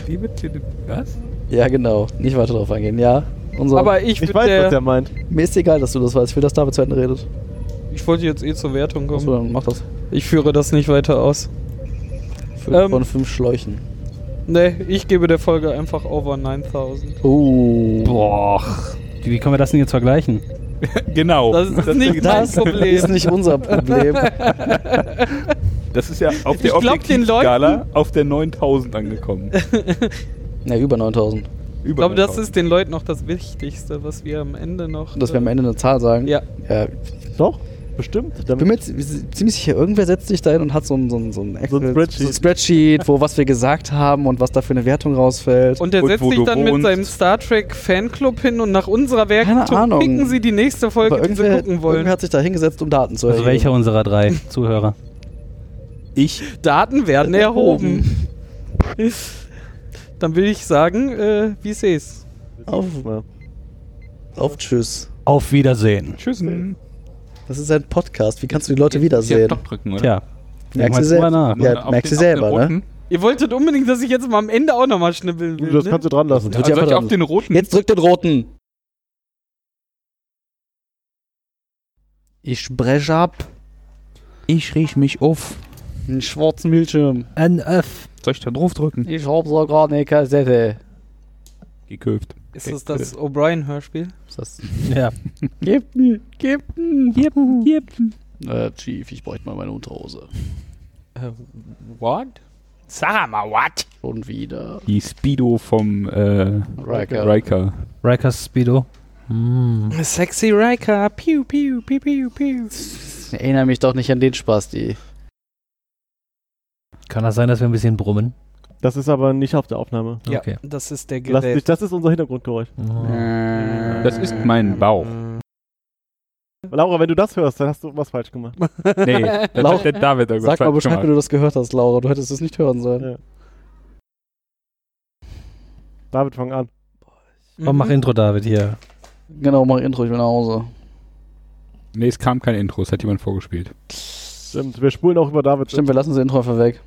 Speaker 5: Liebe Tele- Was?
Speaker 2: Ja, genau. Nicht weiter drauf eingehen, ja. Unser
Speaker 1: Aber ich,
Speaker 3: Ich
Speaker 1: würd
Speaker 3: weiß,
Speaker 1: der,
Speaker 3: was er meint.
Speaker 2: Mir ist egal, dass du das weißt. Ich will, dass David zu Ende redet.
Speaker 1: ich wollte jetzt eh zur Wertung kommen.
Speaker 2: Achso, dann mach das.
Speaker 1: Ich führe das nicht weiter aus.
Speaker 2: Fünf
Speaker 1: Ähm.
Speaker 2: von fünf Schläuchen.
Speaker 1: Nee, ich gebe der Folge einfach over 9000.
Speaker 2: Oh.
Speaker 5: Boah.
Speaker 4: Wie können wir das denn jetzt vergleichen?
Speaker 5: Genau.
Speaker 1: Das ist nicht mein
Speaker 2: Das ist
Speaker 1: Problem.
Speaker 2: nicht unser Problem.
Speaker 5: Das ist ja auf der
Speaker 1: Ich glaub, den
Speaker 5: Objektivskala auf der 9000 angekommen.
Speaker 2: Na, über 9000.
Speaker 1: Ich glaube, das ist den Leuten noch das Wichtigste, was wir am Ende noch.
Speaker 2: Dass wir am
Speaker 1: äh,
Speaker 2: Ende eine Zahl sagen.
Speaker 1: Ja.
Speaker 2: ja.
Speaker 3: Doch, bestimmt.
Speaker 2: Ich bin mir jetzt ziemlich sicher, irgendwer setzt sich da hin und hat so ein, so ein, so ein, Excel-
Speaker 3: Spreadsheet.
Speaker 2: So ein Spreadsheet, wo was wir gesagt haben und was da für eine Wertung rausfällt.
Speaker 1: Und der
Speaker 5: Und
Speaker 1: setzt
Speaker 5: wo
Speaker 1: sich
Speaker 5: du
Speaker 1: dann mit
Speaker 5: wohnst.
Speaker 1: seinem Star Trek Fanclub hin und nach unserer Wertung
Speaker 2: Ahnung.
Speaker 1: picken sie die nächste Folge, die sie
Speaker 2: irgendwer,
Speaker 1: gucken wollen.
Speaker 2: irgendwer hat sich da hingesetzt, um Daten zu
Speaker 4: Also
Speaker 2: erheben.
Speaker 4: welcher unserer drei Zuhörer?
Speaker 5: ich.
Speaker 1: Daten werden erhoben. dann will ich sagen, äh, wie seh's.
Speaker 2: Auf, auf Tschüss.
Speaker 4: Auf Wiedersehen.
Speaker 5: Tschüss.
Speaker 2: Das ist ein Podcast. Wie kannst du die Leute wiedersehen?
Speaker 5: Stopp drücken, oder?
Speaker 4: Tja,
Speaker 2: Merkst
Speaker 4: Denk
Speaker 2: du
Speaker 4: mal
Speaker 2: selber.
Speaker 4: drüber nach.
Speaker 5: Nur
Speaker 2: Ja,
Speaker 5: auf
Speaker 2: merkst du
Speaker 5: den-
Speaker 2: selber,
Speaker 5: auf den
Speaker 2: ne?
Speaker 5: roten.
Speaker 1: Ihr wolltet unbedingt, dass ich jetzt mal am Ende auch nochmal schnibbeln will.
Speaker 3: Das
Speaker 1: ne?
Speaker 3: kannst du dran lassen.
Speaker 2: Drück
Speaker 5: Also
Speaker 2: die
Speaker 5: soll ich
Speaker 2: einfach
Speaker 5: auf den roten?
Speaker 2: Jetzt drück den roten. Ich spreche ab.
Speaker 6: Ich riech mich auf.
Speaker 2: Einen schwarzen Bildschirm.
Speaker 4: NF.
Speaker 5: Soll ich da drauf drücken?
Speaker 2: Ich hab sogar eine Kassette.
Speaker 5: Geköpft.
Speaker 1: Ist das das O'Brien-Hörspiel?
Speaker 2: Ist das?
Speaker 4: Ja.
Speaker 2: Captain, Captain, Captain, Captain. Äh, Chief, ich bräuchte mal meine Unterhose. Äh,
Speaker 5: What? Sag mal, what?
Speaker 2: Schon wieder.
Speaker 5: Die Speedo vom äh,
Speaker 2: Riker.
Speaker 5: Riker.
Speaker 4: Rikers Speedo. Hm.
Speaker 1: Sexy Riker, piu, piu, piu, piu, piu.
Speaker 2: Ich erinnere mich doch nicht an den Spasti.
Speaker 4: Kann das sein, dass wir ein bisschen brummen?
Speaker 3: Das ist aber nicht auf der Aufnahme.
Speaker 1: Ja,
Speaker 4: Okay. Oh.
Speaker 1: das ist der
Speaker 3: Lass dich,
Speaker 1: Gerät. Äh,
Speaker 3: das ist unser Hintergrundgeräusch.
Speaker 4: Mhm.
Speaker 5: Das ist mein Bauch.
Speaker 1: mhm.
Speaker 3: Laura, wenn du das hörst, dann hast du was falsch gemacht.
Speaker 5: Nee, das
Speaker 2: Laura,
Speaker 5: hat der David irgendwas
Speaker 2: Sag mal
Speaker 5: falsch
Speaker 2: Bescheid, wenn
Speaker 5: gemacht.
Speaker 2: du das gehört hast, Laura. Du hättest es nicht hören sollen.
Speaker 3: David, fang an.
Speaker 4: Komm, mach Intro, David, hier.
Speaker 2: Genau, mach Intro, ich will nach Hause.
Speaker 5: Nee, es kam kein Intro, es hat jemand vorgespielt.
Speaker 3: Stimmt, wir spulen auch über David.
Speaker 2: Stimmt, wir lassen das Intro einfach weg.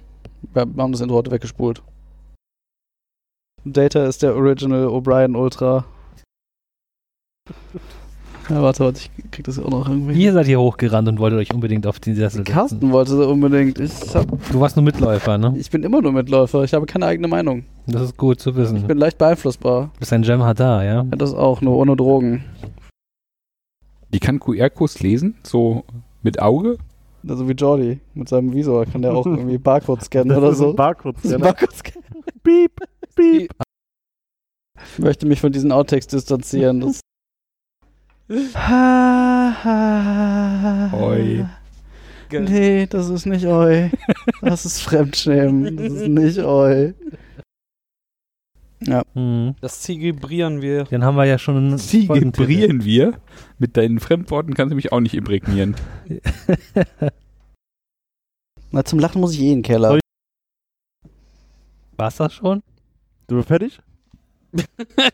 Speaker 2: Wir haben das Intro heute weggespult. Data ist der Original O'Brien Ultra. Ja, warte, warte, ich krieg das auch noch irgendwie.
Speaker 4: Ihr seid hier hochgerannt und wolltet euch unbedingt auf den Sessel setzen.
Speaker 2: Carsten wollte so unbedingt. Ich, hab,
Speaker 4: Du warst nur Mitläufer, ne?
Speaker 2: ich bin immer nur Mitläufer. Ich habe keine eigene Meinung.
Speaker 4: Das ist gut zu wissen.
Speaker 2: Ich bin leicht beeinflussbar.
Speaker 4: Du bist ein Gem da, ja?
Speaker 2: Ja, das auch, nur ohne Drogen.
Speaker 5: Die kann QR-Codes lesen, so mit Auge.
Speaker 2: Also wie Jordi mit seinem Visor kann der auch irgendwie Barcode scannen
Speaker 3: Das
Speaker 2: oder
Speaker 3: ist
Speaker 2: so.
Speaker 3: ein Barcode.
Speaker 2: Das ist ein
Speaker 3: Bar
Speaker 2: Barcode-Scan.
Speaker 3: piep, piep.
Speaker 2: Ich möchte mich von diesen Outtakes distanzieren. Das
Speaker 5: Oi.
Speaker 2: Nee, das ist nicht Oi. Das ist Fremdschämen. Das ist nicht Oi.
Speaker 4: Hm.
Speaker 1: Das zelebrieren wir.
Speaker 4: Dann haben wir ja schon einen
Speaker 5: Sie
Speaker 4: Folgentitel.
Speaker 5: vibrieren wir. Mit deinen Fremdworten kannst du mich auch nicht imprägnieren.
Speaker 2: Na, zum Lachen muss ich eh in den Keller.
Speaker 3: Soll
Speaker 4: War's das schon?
Speaker 3: Du bist fertig?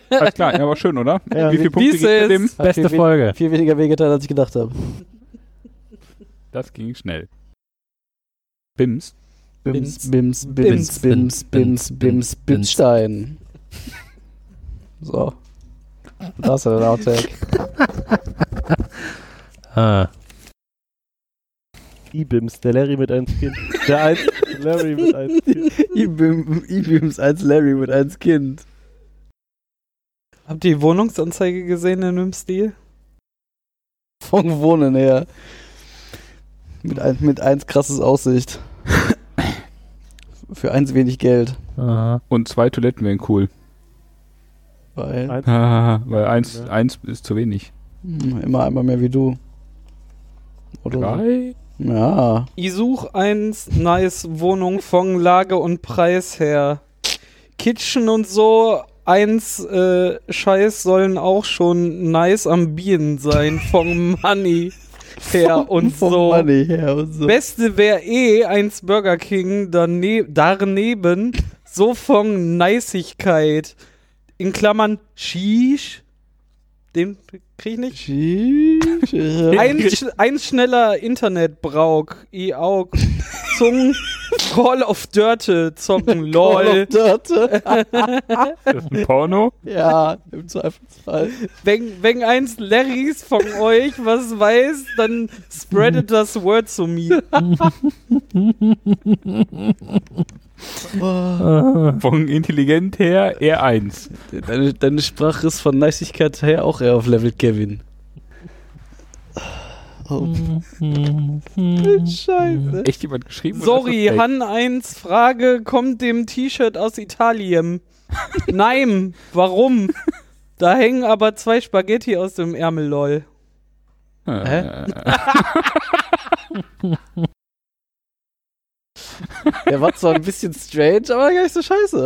Speaker 5: Alles klar, ja, war schön, oder?
Speaker 3: Ja,
Speaker 5: Wie viele
Speaker 3: nee.
Speaker 5: Punkte gibt dem?
Speaker 2: Hat
Speaker 4: Beste
Speaker 2: viel, we-
Speaker 4: Folge.
Speaker 2: Viel weniger wehgetan, als ich gedacht habe.
Speaker 5: Das ging schnell. Bims.
Speaker 2: Bims,
Speaker 1: Bims,
Speaker 4: Bims,
Speaker 2: Bims, Bims, Bims, Bims, Bims,
Speaker 4: Bims,
Speaker 2: Bimsstein. So. Da ist ja der Outtake.
Speaker 4: Ah.
Speaker 3: E-Bims, der Larry mit 1 Kind. Der 1 Larry mit 1 Kind.
Speaker 2: E-Bim- E-Bims als Larry mit eins Kind.
Speaker 1: Habt ihr die Wohnungsanzeige gesehen in dem Stil?
Speaker 2: Von Wohnen her. Mit, ein, mit eins krasses Aussicht. Für eins wenig Geld.
Speaker 4: Aha.
Speaker 5: Und zwei Toiletten wären cool.
Speaker 2: Weil
Speaker 3: Eins.
Speaker 5: Ah, weil eins,
Speaker 3: Ja.
Speaker 5: eins ist zu wenig.
Speaker 2: hm, immer einmal mehr wie du. Oder? so.
Speaker 5: Drei?
Speaker 2: Ja.
Speaker 1: Ich such eins, nice Wohnung von Lage und Preis her. Kitchen und so, eins äh, Scheiß sollen auch schon nice am Bienen sein von Money her und
Speaker 2: Vom
Speaker 1: so.
Speaker 2: Money her und so.
Speaker 1: Beste wäre eh eins Burger King dane daneben, so von Neißigkeit. In Klammern Shish. Den krieg ich nicht. Ein, sch ein schneller Internetbrauk, i aug, Zung, Call of Dörte zocken, lol.
Speaker 2: Oh, Dörte.
Speaker 5: Das ist ein Porno?
Speaker 2: Ja, im Zweifelsfall.
Speaker 1: Wenn, wenn eins Larrys von euch was weiß, dann spreadet das Word zu mir.
Speaker 5: Von intelligent her eher eins.
Speaker 2: Deine, deine Sprache ist von Neißigkeit her auch eher auf Level Kevin. Oh,
Speaker 1: Scheiße.
Speaker 5: Echt jemand geschrieben? oder
Speaker 1: Sorry,
Speaker 5: ist das fake?
Speaker 1: Han 1 Frage, kommt dem T-Shirt aus Italien? Nein, warum? Da hängen aber zwei Spaghetti aus dem Ärmel, lol.
Speaker 5: Äh,
Speaker 2: der war zwar ein bisschen strange, aber gar nicht so scheiße.